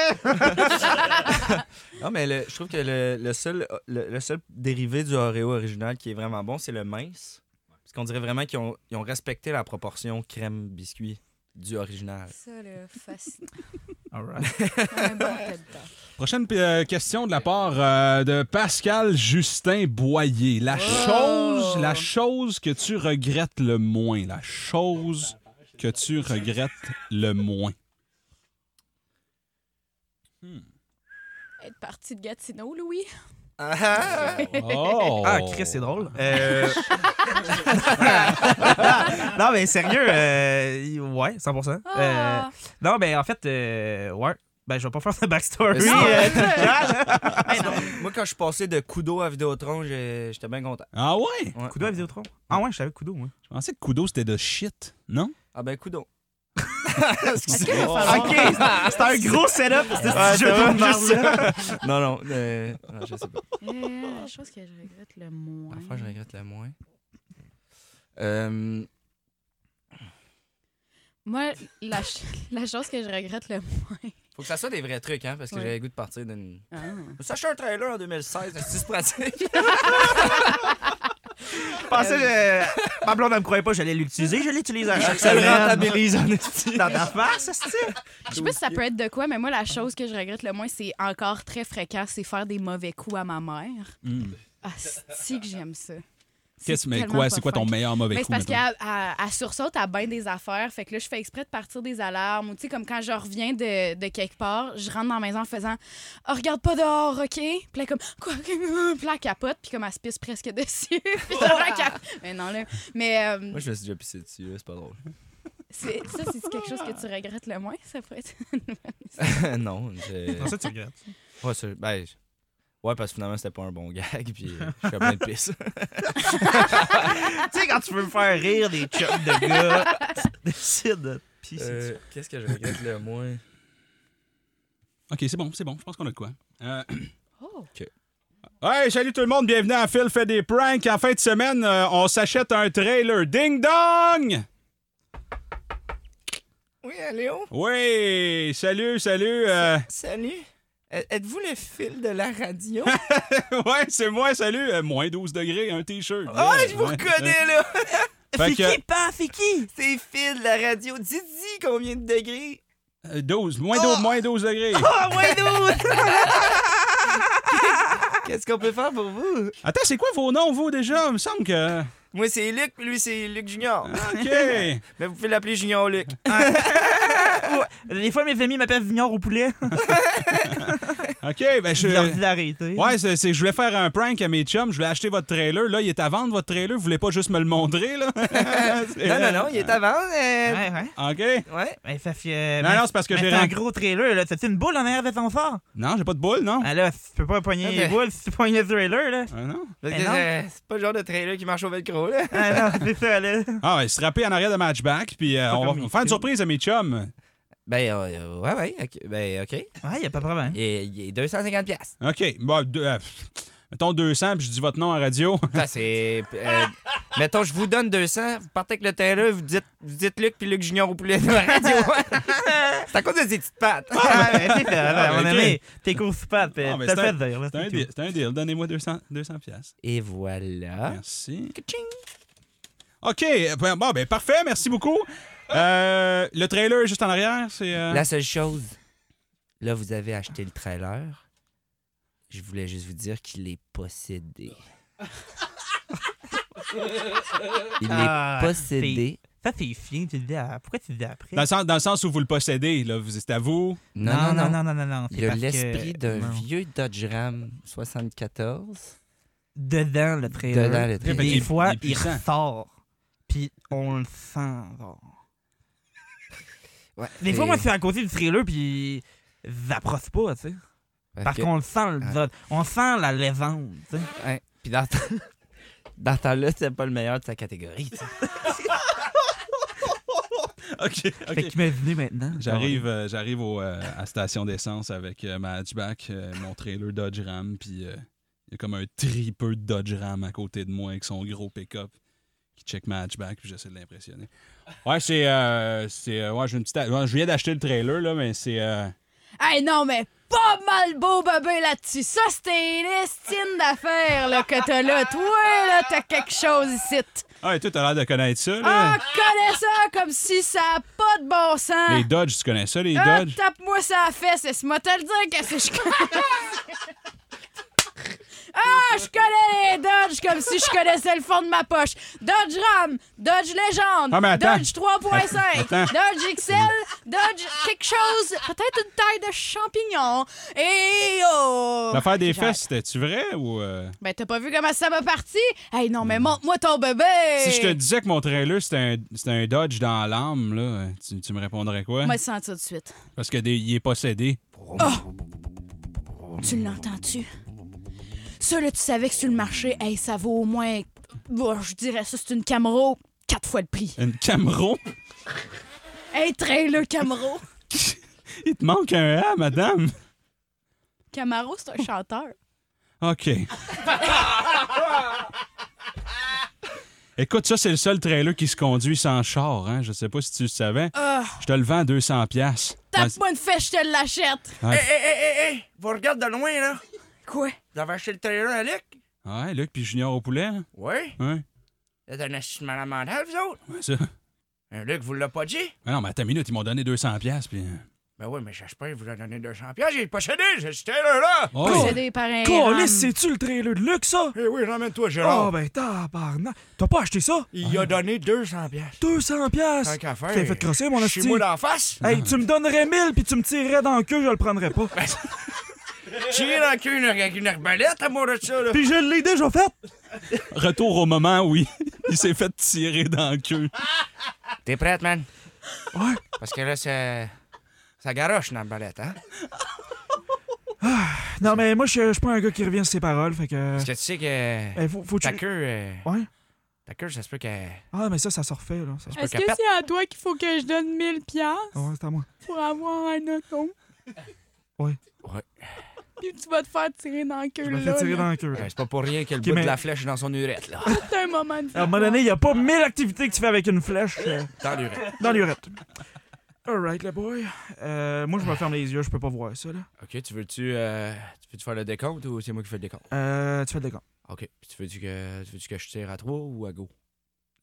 G: Non, mais le- je trouve que le, le seul, le, le seul dérivé du Oreo original qui est vraiment bon, c'est le mince. Parce qu'on dirait vraiment qu'ils ont, ils ont respecté la proportion crème-biscuit du original.
B: Ça, là, facile.
C: Alright.
B: Un bon tas de temps.
A: Prochaine euh, question de la part euh, de Pascal Justin Boyer. La
B: Oh!
A: chose, la chose que tu regrettes le moins, la chose que tu regrettes le moins.
B: Être parti de Gatineau, Louis. Ah,
A: Oh.
C: Ah, Chris, c'est drôle. Euh... non, mais sérieux, euh, ouais, 100%. Euh,
B: Ah!
C: non, mais en fait, euh, ouais. Ben, je vais pas faire de backstory.
G: Mais
B: non.
C: euh, Jean.
G: Ah, Moi, quand je suis passé de Kudo à Vidéotron, j'ai- j'étais bien content.
A: Ah ouais?
G: Ouais.
C: Kudo à Vidéotron. Ah ouais, je savais Kudo, moi.
A: Je pensais que Kudo, c'était de shit, non?
G: Ah ben, Kudo.
B: Est-ce qu'il va
G: Ah,
B: falloir...
C: Ok, c'était un gros setup. C'était
G: Ouais,
C: je
G: c'était
C: tourne
G: vraiment
C: juste ça.
G: Non, non, euh, non, je sais pas.
B: Euh, la chose que je regrette le moins.
G: La fois, je regrette le moins. Euh,
B: Moi, la, ch- la chose que je regrette le moins.
G: faut que ça soit des vrais trucs, hein, parce que
B: Ouais.
G: j'avais le goût de partir d'une.
B: Ah.
G: Faut s'acheter un trailer en 2016, c'est pratique.
C: Je pensais, euh, ma blonde, elle me croyait pas, j'allais l'utiliser. Je l'utilise à chaque
I: Ça le
C: semaine.
I: rentabilise en esti.
C: Dans ta face, c'est
B: Je sais pas si ça peut être de quoi, mais moi, la chose que je regrette le moins, c'est encore très fréquent, c'est faire des mauvais coups à ma mère.
A: Hum.
B: Ah, c'est que j'aime ça. C'est
A: Qu'est-ce mais
B: tellement
A: quoi,
B: pas
A: c'est quoi ton
B: fun.
A: meilleur
D: Ben,
A: mauvais
B: Mais
A: coup
B: c'est parce
A: mettons?
B: qu'elle elle- elle sursaute à bien des affaires. Fait que là, je fais exprès de partir des alarmes. Ou tu sais, comme quand je reviens de, de quelque part, je rentre dans la maison en faisant oh, regarde pas dehors, OK? Puis là, comme quoi? Puis là, elle capote. Puis comme elle se pisse presque dessus. Puis ça la cap- Mais non, là. Mais euh,
D: Moi, je me suis déjà pissé dessus, là, c'est pas drôle.
B: c'est- ça, c'est quelque chose que tu regrettes le moins, ça pourrait être.
D: non, j'ai-
C: ça. ça, tu regrettes.
D: Ouais, c'est- ben, je- ouais, parce que finalement, c'était pas un bon gag, puis euh, je fais plein de pisse.
C: tu sais, quand tu veux me faire rire des chums de gars, tu décides de pisser dessus.
D: Euh, Qu'est-ce que je regrette le moins?
A: OK, c'est bon, c'est bon. Je pense qu'on a de quoi. Euh,
B: Oh!
A: Hey, salut tout le monde. Bienvenue à Phil fait des pranks. En fin de semaine, euh, on s'achète un trailer. Ding dong!
I: Oui, Léo.
A: Oui, salut, salut. euh,
I: Salut. Euh, Êtes-vous le fil de la radio?
A: ouais, c'est moi, salut. Euh, moins 12 degrés, un t-shirt.
I: Ah,
A: Yeah,
I: je vous
A: ouais. Euh,
I: reconnais, là!
A: Fait que,
I: pas, c'est qui? C'est Phil, la radio. Dis-y combien de degrés?
A: euh, 12, moins 12, moins 12 degrés.
I: Ah, ouais, nous! Qu'est-ce qu'on peut faire pour vous?
A: Attends, c'est quoi vos noms, vous, déjà? Il me semble que...
I: Moi, c'est Luc, puis lui, c'est Luc Junior.
A: OK.
I: Mais vous pouvez l'appeler Junior Luc.
C: Des fois, mes amis m'appellent Vignard au poulet.
A: OK, ben
C: Je leur dis
A: je...
C: d'arrêter.
A: Ouais, c'est, c'est- je voulais faire un prank à mes chums. Je voulais acheter votre trailer. Là, il est à vendre, votre trailer. Vous voulez pas juste me le montrer, là?
I: Non, non, non, il est à vendre. euh,
C: Ouais, ouais.
A: OK.
I: Ouais.
C: Mais ça fait.
A: Non, non, c'est parce que j'ai...
C: c'est un
A: ren-
C: gros trailer, là. T'as-tu une boule en arrière de ton fort?
A: Non, j'ai pas de boule, non?
C: Ah là, tu peux pas pogner
I: Ah,
C: les
I: ben-
C: boules si tu pognes le trailer, là.
A: Ah, non?
I: Parce
C: Mais
I: que
C: non.
I: euh, c'est pas le genre de trailer qui marche au velcro, là.
C: Ah non, c'est ça, là.
A: Ah, ouais, se rapper en arrière de matchback. Puis euh,
C: Pas
A: on
C: comme
A: va
C: il
A: faire une
C: fait.
A: surprise à mes chums.
I: Ben, euh, ouais, ouais. ok, Ben, OK.
C: Ouais, y a pas de problème.
I: Et il est 250$. piastres.
A: OK. Bon, deux- euh, pff, mettons 200, puis je dis votre nom en radio.
I: Ça, c'est. euh, mettons, je vous donne 200, vous partez avec le trailer, vous dites, vous dites Luc puis Luc Junior au poulet de la radio. c'est à cause de ces petites pattes.
C: Ah, mais c'est ça, là,
A: Ah,
C: mon
A: ok.
C: ami. T'es cool, c'est pas,
A: Ah,
C: t'as
A: mais
C: le
A: c'est
C: fait dire, là.
A: C'est un
C: c'est
A: deal.
C: tout.
A: c'est un deal. Donnez-moi 200, 200 piastres.
I: Et
A: Ah.
I: voilà.
A: Merci.
I: Ka-ching.
A: OK. euh, ben, Bon, ben parfait. Merci beaucoup. Euh, le trailer juste en arrière, c'est... euh,
I: La seule chose, là, vous avez acheté le trailer. Je voulais juste vous dire qu'il est possédé. Il
C: Ah,
I: est possédé.
C: Ça, c'est fier, tu le dis à- Pourquoi tu le dis après?
A: Dans le, sens, dans le sens où vous le possédez, là, vous- c'est à vous.
I: Non, non,
C: non,
I: non.
C: non, non, non, c'est
I: Il a
C: parce que-
I: l'esprit d'un
C: non.
I: vieux Dodge Ram 74.
C: Dedans le trailer.
I: Dedans le trailer.
C: Des
A: ben, Il est-
C: fois,
A: il est
C: il
A: puissant.
C: ressort. Puis on le sent, genre.
I: Ouais,
C: Des fois,
I: c'est-
C: moi, je suis à côté du trailer, puis ça prosse pas, tu sais.
I: parce
C: Parce
I: que-
C: qu'on le sent, le
I: Ah.
C: Zod. On sent la légende, tu sais.
I: Ouais. Puis dans, ce- dans ce temps-là, c'était pas le meilleur de sa catégorie. tu sais.
A: OK.
C: Fait qu'imaginez maintenant.
A: J'arrive, euh, j'arrive au, euh, à la station d'essence avec euh, ma hatchback, euh, mon trailer Dodge Ram, puis euh, il y a comme un tripeux de Dodge Ram à côté de moi avec son gros pick-up qui check ma hatchback, puis j'essaie de l'impressionner. Ouais, c'est. euh, c'est euh, ouais, j'ai une petite. ouais, je viens d'acheter le trailer, là, mais c'est. euh,
B: Hey, non, mais pas mal beau bébé là-dessus. Ça, c'était une estime d'affaires là, que t'as là. Toi, là, t'as quelque chose ici.
A: Ah, et toi, t'as l'air de connaître ça,
B: Ah,
A: là.
B: connais ça comme si ça a pas de bon sens.
A: Les Dodge, tu connais ça, les
B: Ah,
A: Dodge?
B: tape-moi ça la fesse, laisse-moi te le dire que c'est je connais. ah, je connais les Dodge comme si je connaissais le fond de ma poche. Dodge Ram, Dodge Légende,
A: Ah, mais attends.
B: Dodge 3.5,
A: Attends.
B: Dodge XL, Dodge quelque chose, peut-être une taille de champignon. Et oh!
A: L'affaire des
B: J'arrête.
A: fesses, c'était-tu vrai ou. euh?
B: Ben, t'as pas vu comment ça m'a parti? Hey, non, mais montre-moi ton bébé!
A: Hmm. Si je te disais que mon trailer, c'était un, c'était un Dodge dans l'âme, là, tu, tu me répondrais quoi?
B: Moi, je sens ça tout de suite.
A: Parce que des- il est possédé.
B: Tu l'entends-tu? Ça, là, tu savais que sur le marché, hey, ça vaut au moins. oh, je dirais ça, c'est une Camaro, quatre fois le prix.
A: Une Camaro?
B: Hey, trailer Camaro!
A: Il te manque un A, madame.
B: Camaro, c'est un chanteur.
A: OK. Écoute, ça, c'est le seul trailer qui se conduit sans char, hein? Je sais pas si tu le savais.
B: Ah,
A: Je te le vends à 200 pièces.
B: tape-moi une fesse, je te l'achète!
I: Hein? Eh, Hé, hé, hé, hé, hé! Vous regardez de loin, là!
B: Quoi?
I: Vous avez acheté le trailer à Luc?
A: Ouais, Luc puis Junior au poulet. là.
I: Ouais?
A: Ouais,
I: Vous êtes un assistant à la mentale, vous autres?
A: ouais, ça.
I: Un Luc vous l'a pas dit?
A: Ah non, mais à ta minute, ils m'ont donné 200 pièces puis euh,
I: Ben oui, mais j'espère que vous a donné 200 pièces. J'ai possédé, j'ai cité là, là!
A: Oh,
B: C'est des parrains.
C: Colin,
B: Rams.
C: c'est-tu le trailer de Luc, ça?
I: Eh oui, ramène-toi, Gérard.
C: Oh, ben tabarnak. T'as pas acheté ça?
I: Il a donné 200 pièces.
C: 200 piastres.
I: Tant qu'à faire.
C: Tu t'es fait crosser, mon
I: Chez
C: hostie.
I: moi d'en face?
C: Hey, tu me donnerais 1000 puis tu me tirerais dans le cul, je le prendrais pas.
I: Tirer dans le cul une- avec une arbalète, amour de ça, là.
C: Puis je l'ai déjà fait.
A: Retour au moment où il, il s'est fait tirer dans le queue.
I: T'es prête, man?
C: Ouais.
I: Parce que là, c'est. Ça garoche une arbalète, hein?
C: Non, mais moi, je je suis pas un gars qui revient sur ses paroles, fait que.
I: Parce que tu sais que.
C: Eh, faut, faut que
I: Ta
C: tu-
I: queue. euh,
C: Ouais.
I: Ta queue, ça se peut qu'elle. euh,
C: Ah, mais ça, ça se refait, là. Ça se-
I: Est-ce
E: Est-ce
I: qu'elle
E: que
I: pète?
E: c'est à toi qu'il faut que je donne 1000 piastres
C: Ouais, c'est à moi.
E: pour avoir un auto?
C: Ouais.
I: Ouais.
E: Puis tu vas te faire tirer dans le
C: Je
E: cul,
C: me fais
E: là.
C: tirer
E: là.
C: dans le cul.
I: Ben, c'est pas pour rien qu'elle
C: Ok,
I: bout
C: mais-
I: de la flèche dans son urette, là.
E: C'est un moment de
C: À un moment donné, il n'y a pas 1000 activités que tu fais avec une flèche euh,
I: Dans l'urette.
C: dans l'urette. Alright, le boy. Euh, moi, je me ferme les yeux, je peux pas voir ça, là.
I: Ok, tu veux-tu. euh, Tu veux-tu faire le décompte ou c'est moi qui fais le décompte?
C: Euh, tu fais le dégât.
I: Ok. Puis tu veux-tu que. Tu veux-tu que je tire à 3 ou à go?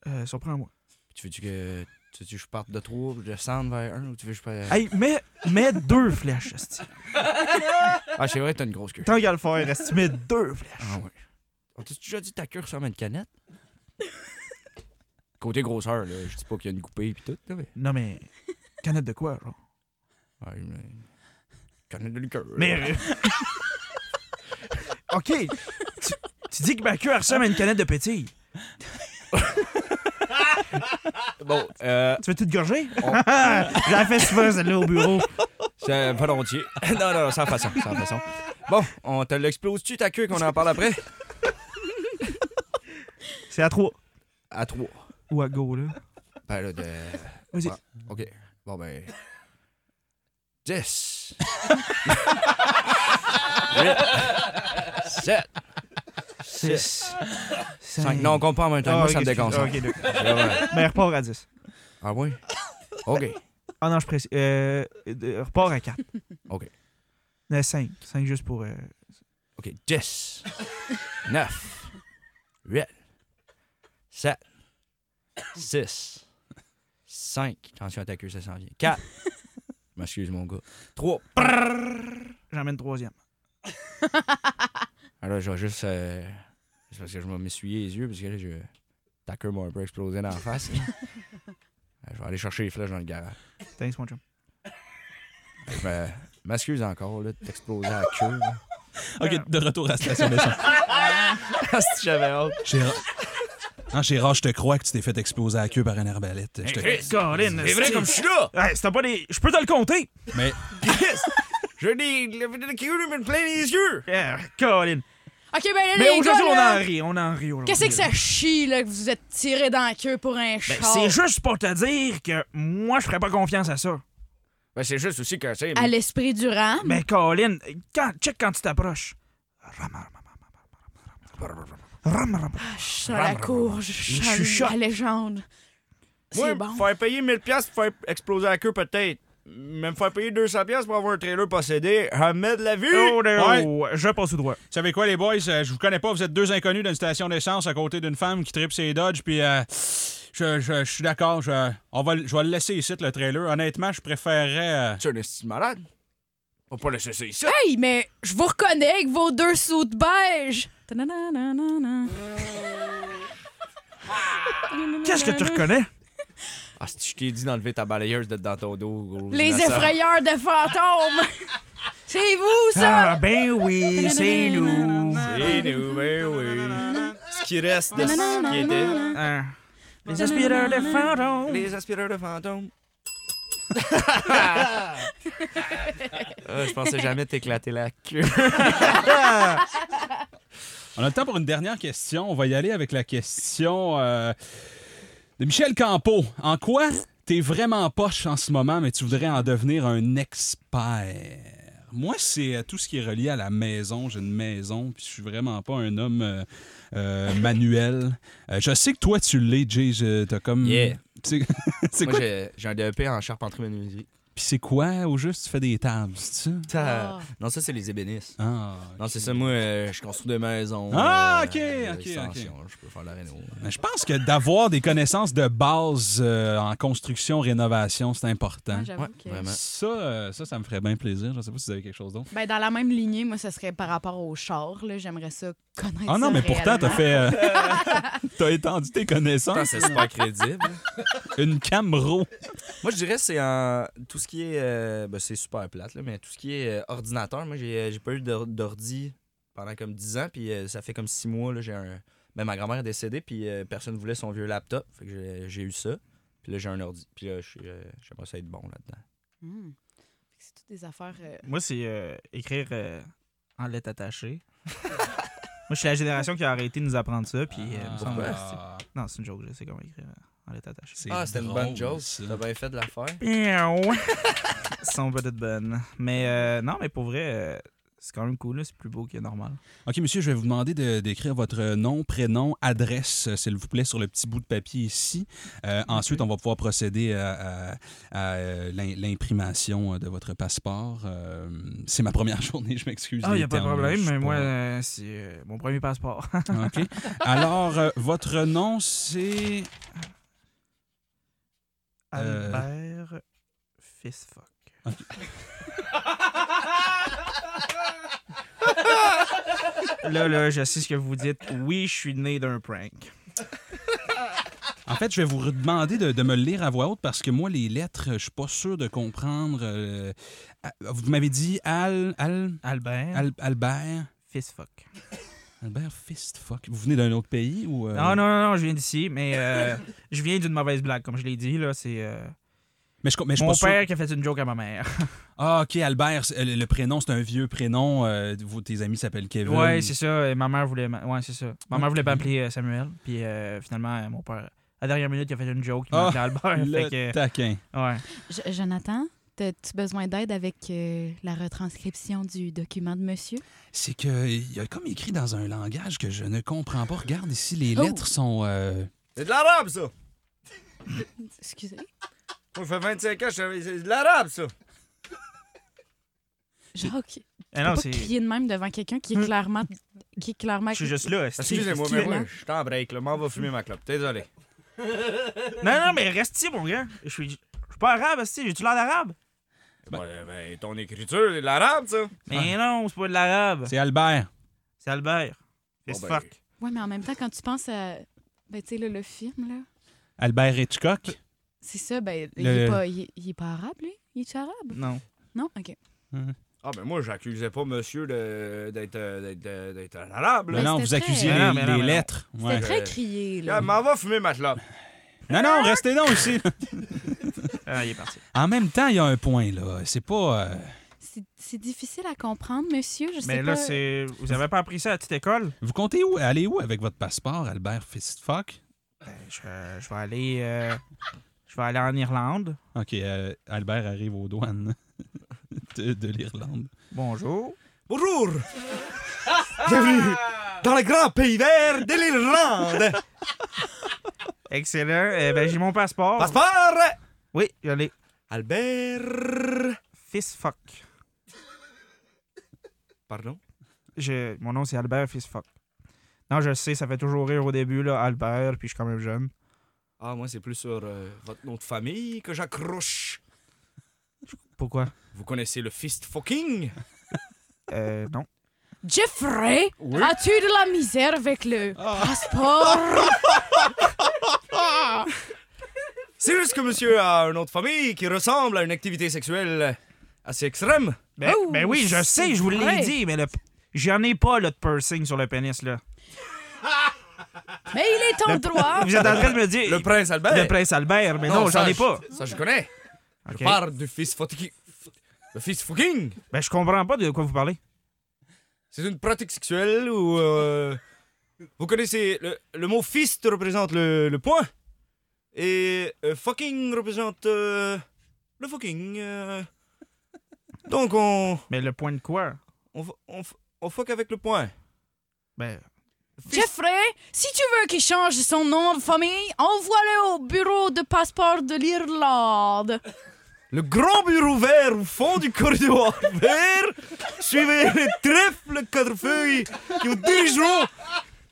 C: Euh, surprends-moi.
I: Puis tu veux-tu que. Tu veux-tu que je parte de 3 ou je descende vers 1 ou tu veux que je. parte-
C: Hey, mets, mets deux flèches, esti.
I: Ah, c'est vrai, t'as une grosse queue.
C: Tant qu'à le faire, esti, mets deux flèches.
I: Ah ouais. On t'a déjà dit que ta cure ressemble à une canette? Côté grosseur, là, je dis pas qu'il y a une coupée pis tout, là, mais.
C: Non, mais... Canette de quoi, genre?
I: Ouais, mais... Canette de liqueur.
C: Mais... OK. Tu, tu dis que ma queue elle ressemble à une canette de pétille.
I: Bon, euh.
C: Tu veux tout gorger?
I: On-
C: J'en fais souvent, celle-là, au bureau.
I: C'est volontiers. non, non, non, sans façon, sans façon. Bon, on te l'explose-tu ta queue qu'on en parle après?
C: C'est à trois.
I: À 3.
C: Ou à go, là.
I: Ben là, de.
C: Vas-y.
I: Ouais. Ok. Bon, ben. 10. 7. 6. 5. Non, on compte pas en même temps.
C: Ah,
I: Moi,
C: ok,
I: ça me
C: excuse-
I: déconcentre.
C: ah, ok, d'accord.
I: Ah, ouais.
C: Mais repart à 10.
I: Ah oui? OK.
C: Ah non, je précise. Euh, euh, repart à 4.
I: OK.
C: Mais 5. 5 juste pour... euh,
I: OK. 10, 9, 8, 7, 6, 5. Attention à ta queue, ça s'en vient. 4. M'excuse, mon gars. 3.
C: J'emmène troisième.
I: Alors, je vais juste. euh, c'est parce que je vais m'essuyer les yeux, parce que là, je. Ta queue m'a un peu explosé dans la face. Euh, je vais aller chercher les flèches dans le garage.
C: Thanks, mon chum.
I: Je me- m'excuse encore, là, de t'exploser à la queue. là.
A: OK, de retour à la station d'essence. Gérard... Ah, Gérard, je te crois que tu t'es fait exploser à la queue par une arbalète. Je te-
C: Colin,
I: C'est vrai comme je suis là!
C: Hey, c'était pas des... Je peux te le compter!
A: Mais
I: J'ai des. La queue me plein les yeux!
C: Yeah, Euh, Colin.
B: OK, ben là,
C: Mais
B: les
C: aujourd'hui,
B: gars,
C: on
B: là,
C: en rit, on en rit aujourd'hui.
B: Qu'est-ce que ça chie, là, que vous vous êtes tiré dans la queue pour un
C: Ben,
B: char?
C: c'est juste pour te dire que moi, je ferais pas confiance à ça.
I: Ben, c'est juste aussi que c'est.
B: À l'esprit du rang.
C: Mais Colin, quand, check quand tu t'approches.
B: Ah, je sens la cour, je
C: Je suis
B: sens
C: choqué.
B: la légende.
I: Moi,
B: C'est bon.
I: faire payer 1000 pièces pour faire exploser la queue peut-être. Mais me faire payer 200 pièces pour avoir un trailer possédé, jamais de la vie.
C: Oh,
A: Ouais.
C: oh, je passe au droit.
A: Vous savez quoi, les boys? Euh, je vous connais pas. Vous êtes deux inconnus d'une station d'essence à côté d'une femme qui tripe ses Dodge. Puis, euh, je, je- je suis d'accord. Je, on va, le- je vais le laisser ici, le trailer. Honnêtement, je préférerais. euh,
I: Tu es un esti de malade. On va pas laisser ça ici.
B: Hey, mais je vous reconnais avec vos deux sous de beige.
C: Qu'est-ce que tu reconnais?
I: Ah, si je t'ai dit d'enlever ta balayeuse d'être dans ton dos, gros.
B: Les
I: innocent.
B: effrayeurs de fantômes. C'est vous, ça?
C: Ah, ben oui, c'est nous.
I: C'est nous, ben oui.
D: Ce qui reste de ce qui était.
C: Ah, Les aspireurs de fantômes.
I: Les aspireurs de fantômes. Ah, je pensais jamais t'éclater la queue.
A: On a le temps pour une dernière question. On va y aller avec la question euh, de Michel Campo. En quoi t'es vraiment poche en ce moment, mais tu voudrais en devenir un expert? Moi, c'est euh, tout ce qui est relié à la maison. J'ai une maison, puis je suis vraiment pas un homme euh, euh, manuel. Euh, je sais que toi, tu l'es, Jay. Je- T'as comme.
I: Yeah.
A: C'est c'est
I: Moi,
A: quoi?
D: E
I: j'ai j'ai un DEP en charpenterie menuiserie.
A: Puis c'est quoi au juste? Tu fais des tables, c'est ça?
D: Ta-
B: Ah.
D: Non, ça, c'est les ébénistes.
A: Ah,
D: Non, c'est ça, moi, euh, je construis des maisons.
A: Ah,
D: euh,
A: ok,
D: euh,
A: ok,
D: extensions, Je peux faire la réno.
A: Mais Je pense que d'avoir des connaissances de base euh, en construction, rénovation, c'est important.
B: Moi,
C: Ah,
B: Ah, j'avoue
D: Ouais,
B: que-
D: vraiment.
A: Ça, euh, ça, ça me ferait bien plaisir. Je ne sais pas si vous avez quelque chose d'autre.
B: Ben, dans la même lignée, moi, ce serait par rapport au char. là. J'aimerais ça connaître
A: Ah non,
B: ça
A: mais pourtant, t'as
B: réellement.
A: fait. euh, t'as étendu tes
D: Putain,
A: connaissances.
D: c'est super crédible.
A: Une Camaro.
D: moi, je dirais, c'est en. Tout ce qui est. euh, ben, c'est super plate, là, mais tout ce qui est euh, ordinateur, moi, j'ai euh, j'ai pas eu d'or- d'ordi pendant comme 10 ans, puis euh, ça fait comme 6 mois, là, j'ai un. Ben, ma grand-mère est décédée, puis euh, personne voulait son vieux laptop. Fait que j'ai- j'ai eu ça. Puis là, j'ai un ordi. Puis là, je suis, euh, j'aimerais ça être bon là-dedans.
B: Hmm. Fait que C'est toutes des affaires. euh,
C: Moi, c'est euh, écrire euh, en lettres attachées. Moi, je suis la génération qui a arrêté de nous apprendre ça. Puis, euh, il me semble-
A: Ah,
C: Non, c'est une joke, je sais comment écrire euh, en lettres attachées.
A: c'est
D: Ah, c'était une
A: drôle,
D: bonne joke.
A: ça.
D: T'as bien fait de la faire.
C: Miaou. Sont peut-être bonnes. Mais euh, non, mais pour vrai, euh, c'est quand même cool. là, C'est plus beau que normal.
A: OK, monsieur, je vais vous demander de- d'écrire votre nom, prénom, adresse, euh, s'il vous plaît, sur le petit bout de papier ici. Euh, Ensuite, on va pouvoir procéder à, à- à, euh, l'im- l'imprimation euh, de votre passeport. Euh, c'est ma première journée, je m'excuse.
C: Ah, il
A: des
C: n'y a pas de
A: termes, là, je
C: problème.
A: suis
C: Mais
A: pas-
C: moi, euh, c'est euh, mon premier passeport.
A: OK. Alors, euh, votre nom, c'est...
C: Ah
A: Euh.
C: Albert Fisfuck. là, là, je sais ce que vous dites. Oui, je suis né d'un prank.
A: En fait, je vais vous demander de, de me le lire à voix haute parce que moi, les lettres, je suis pas sûr de comprendre. euh, ah, Vous m'avez dit Al... Al...
C: Albert
A: Al- Albert...
C: Fisfuck.
A: Albert Fistfuck. Vous venez d'un autre pays ou... euh,
C: Ah, Non, non, non, non, je viens d'ici, mais euh, je viens d'une mauvaise blague, comme je l'ai dit. Là, c'est euh,
A: Mais je, mais je suis
C: mon
A: pas sûr-
C: père qui a fait une joke à ma mère.
A: Ah, OK, Albert, c'est- le, le prénom, c'est un vieux prénom. euh, vos- tes amis s'appellent Kevin.
C: ouais, c'est ça. et ma mère voulait, ma- ouais, c'est ça. Ma mère voulait
A: Ok.
C: pas m'appeler euh, Samuel, puis euh, finalement, euh, mon père, à la dernière minute, il a fait une joke, il m'a
A: Ah,
C: appelé Albert.
A: Le
C: fait que,
A: taquin.
C: ouais. Ah,
B: Jo- Jonathan, as-tu besoin d'aide avec euh, la retranscription du document de monsieur?
A: C'est que il y a comme écrit dans un langage que je ne comprends pas. Regarde ici, les
B: Oh.
A: lettres sont. euh,
D: C'est de l'arabe, ça! Moi,
B: Excusez.
D: ça fait 25 ans, je fais- c'est de l'arabe, ça!
B: Jacques,
C: Ah
B: tu
C: non,
B: peux pas
C: c'est- Hum.
B: crier de même devant quelqu'un qui est clairement... qui est clairement...
C: Je suis juste là. esti.
D: Excusez-moi,
B: c'est
D: mais
B: violent.
D: moi, je suis en break, là. M'en va fumer ma clope. Désolé.
C: Non, non, mais reste ici, mon gars. Je suis, je suis pas arabe, esti. J'ai-tu l'air d'arabe?
D: Ben, ben, ton écriture, c'est de l'arabe, ça!
C: Mais non, c'est pas de l'arabe.
A: C'est Albert.
C: C'est Albert.
D: Bon,
C: Fist
D: ben,
C: fuck.
B: Ouais, mais en même temps, quand tu penses à... Ben, tu sais, là, le film, là,
A: Albert Hitchcock.
B: c'est ça, ben, il,
A: Le-
B: est pas, il, est- il est pas arabe, lui? Il est arabe?
C: Non.
B: Non? OK.
D: Ah, ben, moi, j'accusais pas monsieur de- d'être euh, d'être, euh, d'être un arabe, là.
A: Non,
B: Mais
A: non, vous
B: c'était
A: accusiez
C: très-
A: les,
C: Non, mais non,
A: les
C: mais non.
A: lettres.
B: C'était
A: Ouais.
B: très
D: Euh,
B: crié, là.
D: Ah, M'en va fumer ma clope.
A: Non, non, restez donc ici.
C: Ah, il est parti.
A: en même temps, il y a un point, là. C'est pas. euh,
B: C'est- C'est difficile à comprendre, monsieur, je sais
C: Mais
B: pas...
C: là, c'est. Vous avez pas appris ça à la petite école?
A: Vous comptez où? Allez où avec votre passeport, Albert Fistfuck?
C: Ben, je, je vais aller. euh, je vais aller en Irlande.
A: OK, euh, Albert arrive aux douanes de- de l'Irlande.
C: Bonjour.
D: Bonjour! Bienvenue dans le grand pays vert de l'Irlande!
C: Excellent. Eh ben, j'ai mon passeport.
D: Passeport!
C: Oui, j'allais.
D: Albert!
C: Fist fuck.
D: Pardon?
C: Je- Mon nom, c'est Albert Fist fuck. Non, je sais, ça fait toujours rire au début, là, Albert, puis je suis quand même jeune.
D: Ah, moi, c'est plus sur euh, votre nom de famille que j'accroche.
C: Pourquoi?
D: Vous connaissez le fist fucking?
C: Euh, non.
B: Jeffrey, as-tu de la misère avec le
C: Ah.
B: passeport?
D: C'est juste que monsieur a un nom de famille qui ressemble à une activité sexuelle assez extrême.
C: Ben,
B: Oh,
C: ben oui, je
B: c'est
C: sais, je vous
B: vrai.
C: l'ai dit, mais le... j'en ai pas là, de piercing sur le pénis. là.
B: Mais il est en droit.
C: Vous êtes en train de me dire
D: Le prince Albert.
C: le prince Albert, mais non, j'en
D: ça,
C: ai pas.
D: Ça, je connais.
C: Ok.
D: Je parle du fist fucking. Le fist fucking.
C: Ben, je comprends pas de quoi vous parlez.
D: C'est une pratique sexuelle où. euh, vous connaissez. Le, le mot fist représente le, le point. Et euh, fucking représente. euh, le fucking. euh. Donc on.
C: Mais le point de quoi?
D: On, f- on, f- on fuck avec le point.
C: Ben,
B: Jeffrey, si tu veux qu'il change son nom de famille, envoie-le au bureau de passeport de l'Irlande.
I: Le grand bureau vert au fond du corridor vert. Suivez les trèfles quatre-feuilles qui vous dirigeront.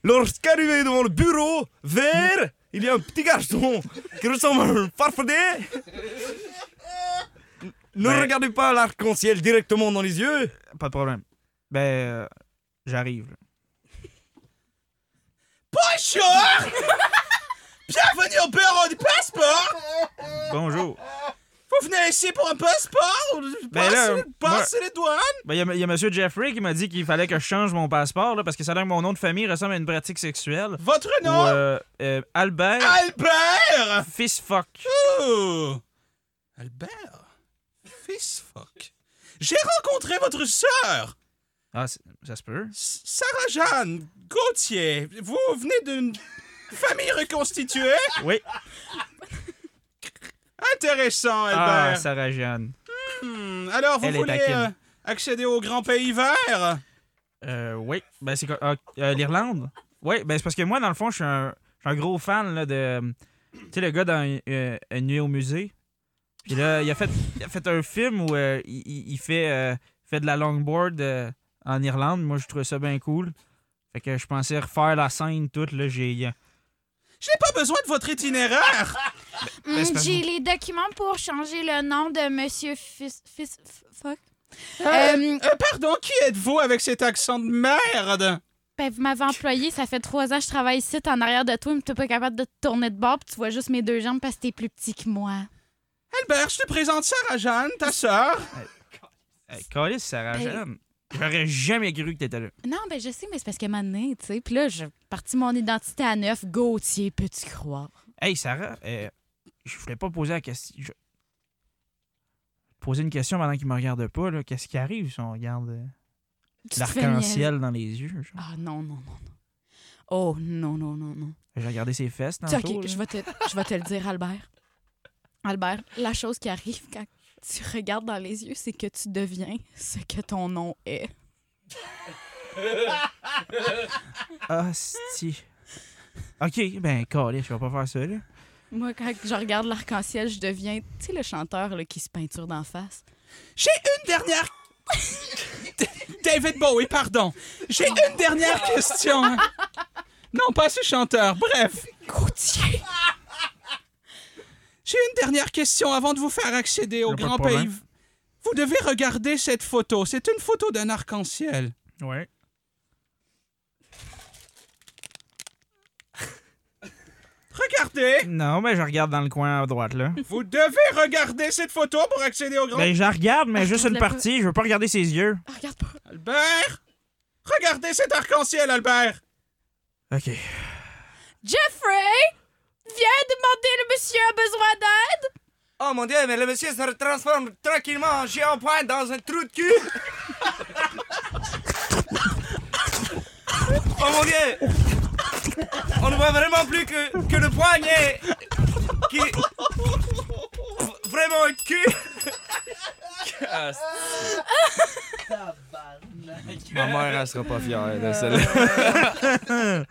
I: Lorsqu'arrivé devant le bureau vert, il y a un petit garçon qui ressemble à un farfadet. Ne
C: Ben-
I: regardez pas l'arc-en-ciel directement dans les yeux.
C: Pas de problème. Ben, euh, j'arrive. là.
A: Bonjour! Bienvenue au bureau du passeport!
C: Bonjour.
A: Vous venez ici pour un passeport?
C: Ben là, Passez- passez
A: les douanes!
C: Ben, il y a- il y, a M. Jeffrey qui m'a dit qu'il fallait que je change mon passeport là, parce que ça a l'air que mon nom de famille ressemble à une pratique sexuelle.
A: Votre
C: Ou, euh, euh, Albert
A: Albert!
C: Fils Fuck.
A: Oh! Albert? Fils fuck. J'ai rencontré votre sœur,
C: Ah, c'est- ça se peut.
A: S- Sarah-Jeanne Gauthier. Vous venez d'une famille reconstituée?
C: Oui.
A: Intéressant,
C: Ah,
A: Albert.
C: Sarah Jeanne.
A: Hmm, Alors, vous
C: Elle est
A: voulez
C: taquine.
A: euh, accéder au grand pays vert?
C: Euh, oui. Ben, c'est quoi- ah, euh, l'Irlande? Oui, ben, c'est parce que moi, dans le fond, je suis un, je suis un gros fan là, de. Tu sais, le gars dans euh, Une nuit au musée. Puis là, il a fait, il a fait un film où euh, il- il, il fait, euh, fait de la longboard euh, en Irlande. Moi, je trouvais ça bien cool. Fait que je pensais refaire la scène toute. Là, j'ai. euh,
A: J'ai pas besoin de votre itinéraire!
C: Ben, c'est
E: Hmm,
C: pas
E: J'ai les documents pour changer le nom de Monsieur Fis... Fis... F- Fuck. Euh,
A: Euh, pardon, qui êtes-vous avec cet accent de merde?
E: ben, vous m'avez employé, ça fait trois ans que je travaille ici, t'es en arrière de toi, mais t'es pas capable de te tourner de bord, puis tu vois juste mes deux jambes parce que t'es plus petit que moi.
A: Albert, je te présente Sarah-Jeanne, ta sœur.
C: Hey, Calisse, Sarah
E: Ben-
C: Jeanne. J'aurais jamais cru que t'étais là.
E: Non, ben je sais, mais c'est parce que m'a donné, tu sais. Puis là, j'ai parti mon identité à neuf. Gauthier, peux-tu croire?
C: Hey, Sarah, euh, je voulais pas poser la question. Je... Poser une question pendant qu'il me regarde pas, là. Qu'est-ce qui arrive si on regarde euh,
E: Tu te fais niaiser.
C: l'arc-en-ciel dans les yeux? genre?
E: Ah non, non, non, non. Oh non, non, non, non.
C: J'ai regardé ses fesses
E: Tu-
C: tantôt.
E: ok,
C: là.
E: je vais, te, je vais te le dire, Albert. Albert, la chose qui arrive quand tu regardes dans les yeux, c'est que tu deviens ce que ton nom est.
C: Ah, si. Ok, ben, calé, je vais pas faire ça, là.
E: Moi, quand je regarde l'arc-en-ciel, je deviens, tu sais, le chanteur là, qui se peinture d'en face.
A: J'ai une dernière. David Bowie, pardon. J'ai une dernière question. Non, pas ce chanteur. Bref,
E: Gauthier!
A: j'ai une dernière question avant de vous faire accéder au
C: Y a pas de
A: grand
C: problème.
A: pays. Vous devez regarder cette photo. C'est une photo d'un arc-en-ciel.
C: Ouais.
A: Regardez.
C: Non, mais je regarde dans le coin à droite, là.
A: Vous devez regarder cette photo pour accéder au grand.
C: ben, je la regarde, mais
E: Ah, je
C: juste une
E: voulais pas.
C: partie. Je veux pas regarder ses yeux.
E: Ah, regarde pas.
A: Albert, regardez cet arc-en-ciel, Albert.
C: Ok.
E: Jeffrey! Viens demander le monsieur a besoin d'aide!
I: Oh mon dieu, mais le monsieur se transforme tranquillement en géant pointe dans un trou de cul. oh mon dieu. On ne voit vraiment plus que, que le poignet qui... v- Vraiment un cul.
D: Ma mère, elle sera pas fière
A: Euh.
D: de celle-là.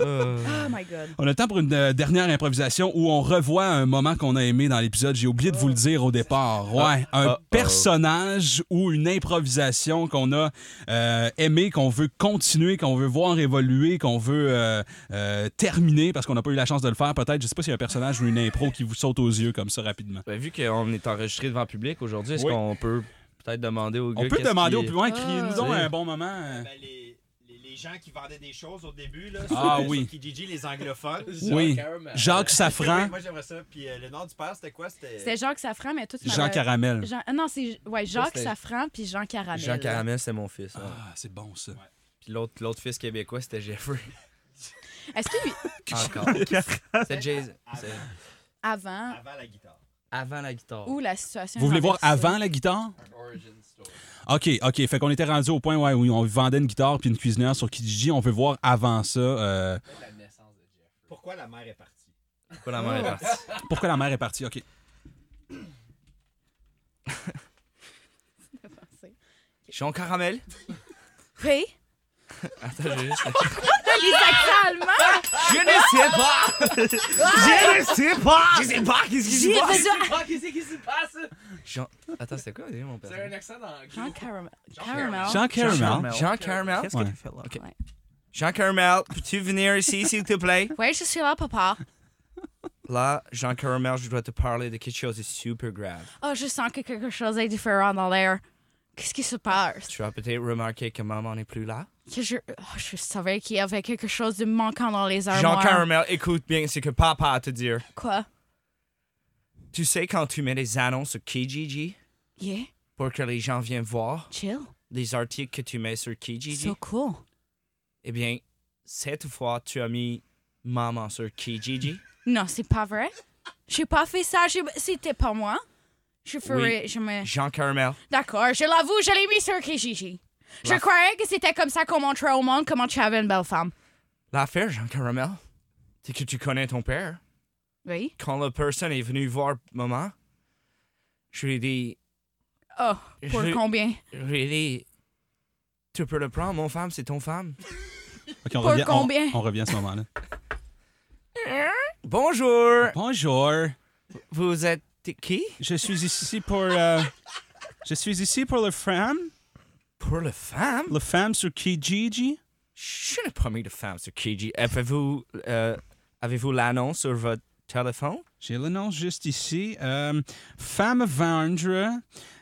B: Oh my God.
A: On a le temps pour une euh, dernière improvisation où on revoit un moment qu'on a aimé dans l'épisode. J'ai oublié de vous le dire au
D: Ah.
A: départ. Ouais, un personnage ou une improvisation qu'on a euh, aimé, qu'on veut continuer, qu'on veut voir évoluer, qu'on veut euh, euh, terminer parce qu'on n'a pas eu la chance de le faire. Peut-être, je sais pas s'il y a un personnage ou une impro qui vous saute aux yeux comme ça rapidement.
D: Ben, vu qu'on est enregistré devant public aujourd'hui, est-ce
A: Oui.
D: qu'on peut peut-être demander au gars.
A: On peut
D: qu'est-ce
A: demander au
D: qui-
A: plus loin, criez-nous donc
D: Ah.
A: un bon moment. euh.
J: Ben, les, les, les gens qui vendaient des choses au début, là,
A: Ah,
J: sur,
A: oui.
J: sur Kijiji, les anglophones. Euh,
A: Oui. Jacques
J: Oui,
A: Safran,
J: moi j'aimerais ça. Puis euh, le nom du père, c'était quoi
B: C'était Jacques Safran, mais tout
A: Jean Caramel.
B: Jean... ah Non, c'est ouais, Jacques
D: c'était-
B: Safran puis Jean Caramel.
D: Jean Caramel, c'est mon fils. ouais.
A: Ah, c'est bon ça.
D: Puis l'autre, l'autre fils québécois, c'était Jeffrey.
B: Est-ce que lui,
D: Encore. c'était Jason. C'est
B: avant
J: Avant la guitare.
D: Avant la guitare.
B: ou la situation.
A: Vous voulez voir
B: renversée?
A: avant la guitare? OK, OK. Fait qu'on était rendu au point ouais, où on vendait une guitare puis une cuisinière sur Kijiji. On veut voir avant ça euh,
J: Pourquoi la mère est partie?
D: Pourquoi la mère
A: Oh.
D: est partie?
A: pourquoi la mère est partie. OK.
D: Jean Caramel.
B: Ray?
D: Attends, j'ai juste.
B: les accents allemands.
I: Je ne sais pas! Je ne sais pas! Je sais pas! Qu'est-ce
E: J'ai besoin.
J: Ah, qu'est-ce qui se passe?
I: Jean... Attends, c'était quoi déjà mon
J: C'est un
I: personnage?
J: accent dans le
E: Hein?
B: Jean Caramel.
J: Jean
B: Hein, Ah. Caramel.
A: Jean Caramel.
I: Jean Carmel?
C: Qu'est-ce que
A: Ouais.
C: tu fais là?
I: Ok.
B: Ouais.
I: Jean Carmel, peux-tu venir ici, s'il te plaît?
B: Ouais, je suis là, papa.
I: Là, Jean Carmel, je dois te parler de quelque chose de super grave.
B: Oh, je sens que quelque chose est différent dans l'air. Qu'est-ce qui se passe?
I: Tu as peut-être remarqué que maman n'est plus là?
B: Que je... oh, je savais qu'il y avait quelque chose de manquant dans les
I: Jean
B: armoires.
I: Carmel, écoute bien ce que papa a à te dire.
B: Quoi?
I: Tu sais, quand tu mets des annonces sur Kijiji
B: Yeah,
I: pour que les gens viennent voir
B: chill.
I: les articles que tu mets sur Kijiji,
B: So cool.
I: eh bien, cette fois, tu as mis maman sur Kijiji.
B: Non, c'est pas vrai. J'ai pas fait ça. j'ai- C'était pas moi. Je ferai. Je me...
I: Jean Carmel,
B: D'accord, je l'avoue, je l'ai mis sur Kijiji. Je croyais que c'était comme ça qu'on montrait au monde comment tu avais une belle femme.
I: l'affaire, Jean Carmel, c'est que tu connais ton père.
B: Oui?
I: quand la personne est venue voir maman, je lui ai dit,
B: Oh, pour
I: Je-
B: combien?
I: je lui ai dit, tu peux le prendre, mon femme, c'est ton femme.
A: Ok, on
B: Pour
A: revient, on-
B: combien?
A: on revient à ce moment-là.
I: Bonjour,
A: Bonjour.
I: vous êtes qui?
A: Je suis ici pour. euh, je suis ici pour le femme.
I: Pour la femme?
A: Le femme sur Kijiji.
I: Je n'ai pas mis de femme sur Kiji. Avez-vous euh, avez-vous l'annonce sur votre téléphone?
A: J'ai le nom juste ici. Euh, femme vendre.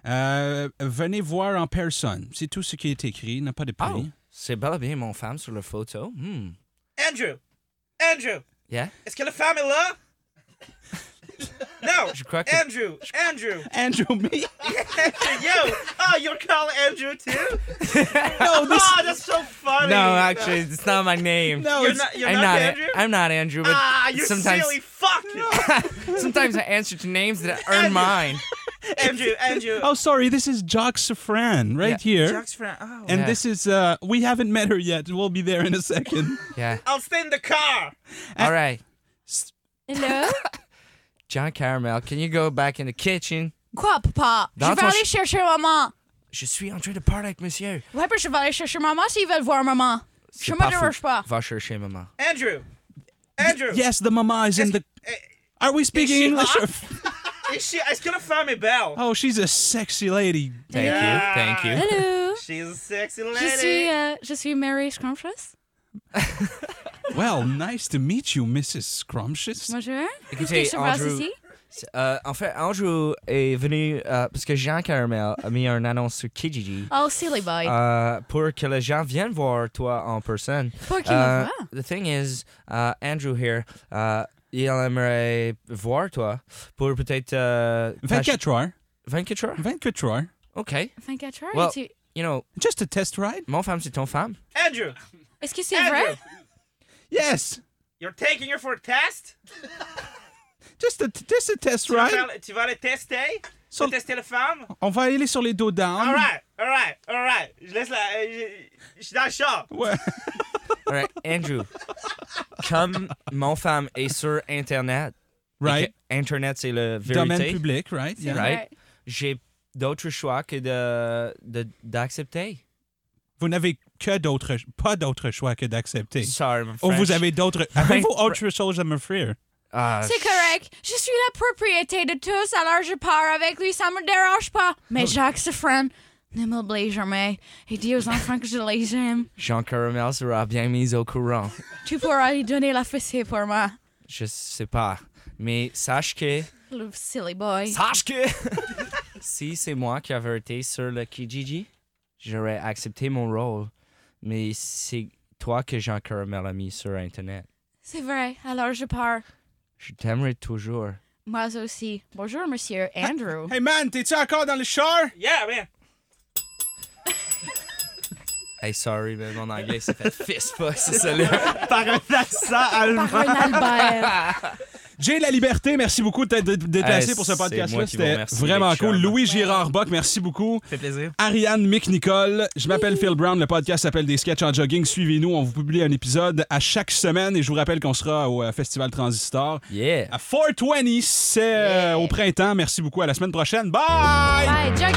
A: euh, venez voir en personne. C'est tout ce qui est écrit. Il n'y a pas de prix.
I: Oh, c'est bel et bien mon femme sur la photo. Hmm.
C: Andrew! Andrew!
I: Yeah?
C: Est-ce que la femme est là? non!
I: Je crois que...
C: Andrew! Andrew!
A: Andrew, me.
C: Yo! Oh, you're calling Andrew too?
A: No, this.
C: Oh, that's so funny!
I: No, actually, it's not my name.
A: No,
C: You're
A: it's,
C: not, you're
I: I'm
C: not,
I: not,
C: Andrew?
I: I'm not Andrew, but
C: ah, you
I: sometimes-
C: silly fuck!
I: sometimes I answer to names that aren't mine.
C: Andrew, Andrew.
A: oh, sorry. This is Jock Safran right
I: Yeah.
A: here.
C: Jack's friend. Oh.
A: and
I: Yeah.
A: this is. Uh, we haven't met her yet. We'll be there in a second.
I: Yeah.
C: I'll stay in the car!
I: All right.
E: Hello?
I: John Caramel, can you go back in the kitchen?
B: Quoi, papa?
I: Dans
B: je vais
I: ton
B: aller
I: ch-
B: chercher maman.
I: Je suis en train de parler avec monsieur.
B: Ouais, puis je vais aller chercher maman s'ils veulent voir maman. Je
I: C'est
B: me
I: pas faux.
B: dérange pas.
I: Va chercher maman.
C: Andrew! Andrew!
A: yes, the mama is in the. Are we speaking
C: she
A: English?
C: hot?
A: Or...
C: Is she, est-ce que la femme est belle?
A: Oh, she's a sexy lady.
I: Thank
C: Yeah.
I: you, thank you.
E: Hello?
C: She's a sexy lady!
B: Je suis, euh, je suis Mary Scrumptious.
A: Well, nice to meet you, Mrs. Scrumptious.
B: Bonjour. Qu'est-ce
I: Écoutez,
B: que je passe
I: Andrew-
B: ici?
I: Euh, en fait, Andrew est venu euh, parce que Jean Caramel a mis une annonce sur Kijiji
B: Oh, silly boy.
I: euh, pour que les gens viennent voir toi en personne.
B: Pour qu'il
I: Euh,
B: me voit.
I: the thing is, euh, Andrew here, euh, il aimerait voir toi pour peut-être... euh, t'ach-
A: 24 heures.
I: 24 heures?
A: 24 heures.
I: OK.
B: 24 heures?
I: Well-
B: es-tu-
I: You know,
A: Just a test ride?
I: mon femme, c'est ton femme.
C: Andrew!
B: Est-ce que c'est
C: Andrew!
B: vrai?
A: Yes.
C: You're taking her for a test?
A: Just a, just a test
C: Tu vas
A: ride.
C: faire- Tu vas la tester? Tu
A: Sur-
C: vas tester la femme?
A: On va aller sur les dos down.
C: Alright, alright, alright. Je laisse la. euh, Je, je suis dans le char.
A: Ouais.
I: All right, Andrew. Comme mon femme est sur Internet,
A: Right.
I: Et que Internet, c'est la
A: Domaine
I: vérité.
A: public, right? Yeah.
I: Right. J'ai d'autres choix que de, de- d'accepter.
A: Vous n'avez que d'autres, pas d'autres choix que d'accepter.
I: Sorry, my
A: Ou Oh, vous
I: French.
A: avez d'autres. Avez-vous autre chose à m'offrir?
I: Ah,
E: C'est correct. Je suis la propriété de tous, alors je pars avec lui, ça me dérange pas.
I: Oh.
B: Mais Jacques Safran ne m'oublie jamais et dis aux enfants que je les aime.
I: Jean Caramel sera bien mis au courant.
B: Tu pourras lui donner la fessée pour moi.
I: Je sais pas. Mais sache que.
B: Le silly boy.
I: Sache que. si c'est moi qui avais été sur le Kijiji, j'aurais accepté mon rôle. Mais c'est toi que Jean Caramel a mis sur Internet.
B: C'est vrai, alors je pars.
I: Je t'aimerais toujours.
B: Moi aussi. Bonjour, monsieur Andrew.
A: Hey man, t'es-tu encore dans le char?
C: Yeah, man.
I: Hey, sorry, mais mon anglais s'est fait fist fuck, c'est ça là.
C: Par un accent allemand.
B: Par un Albert.
A: J'ai la liberté, merci beaucoup de t'être dé- déplacé
I: Hey,
A: pour ce
I: c'est moi
A: podcast-là.
I: qui vous
A: C'était
I: remercie,
A: vraiment
I: les chums.
A: cool. Louis Girard Bock, merci beaucoup.
C: Fait plaisir.
A: Ariane, Mick, Nicole, je m'appelle Phil Brown, le podcast s'appelle Des sketchs en jogging. Suivez-nous, on vous publie un épisode à chaque semaine et je vous rappelle qu'on sera au euh, Festival Transistor
I: Yeah.
A: à 420, c'est euh, au printemps. Merci beaucoup, à la semaine prochaine. Bye!
E: Bye, jogging!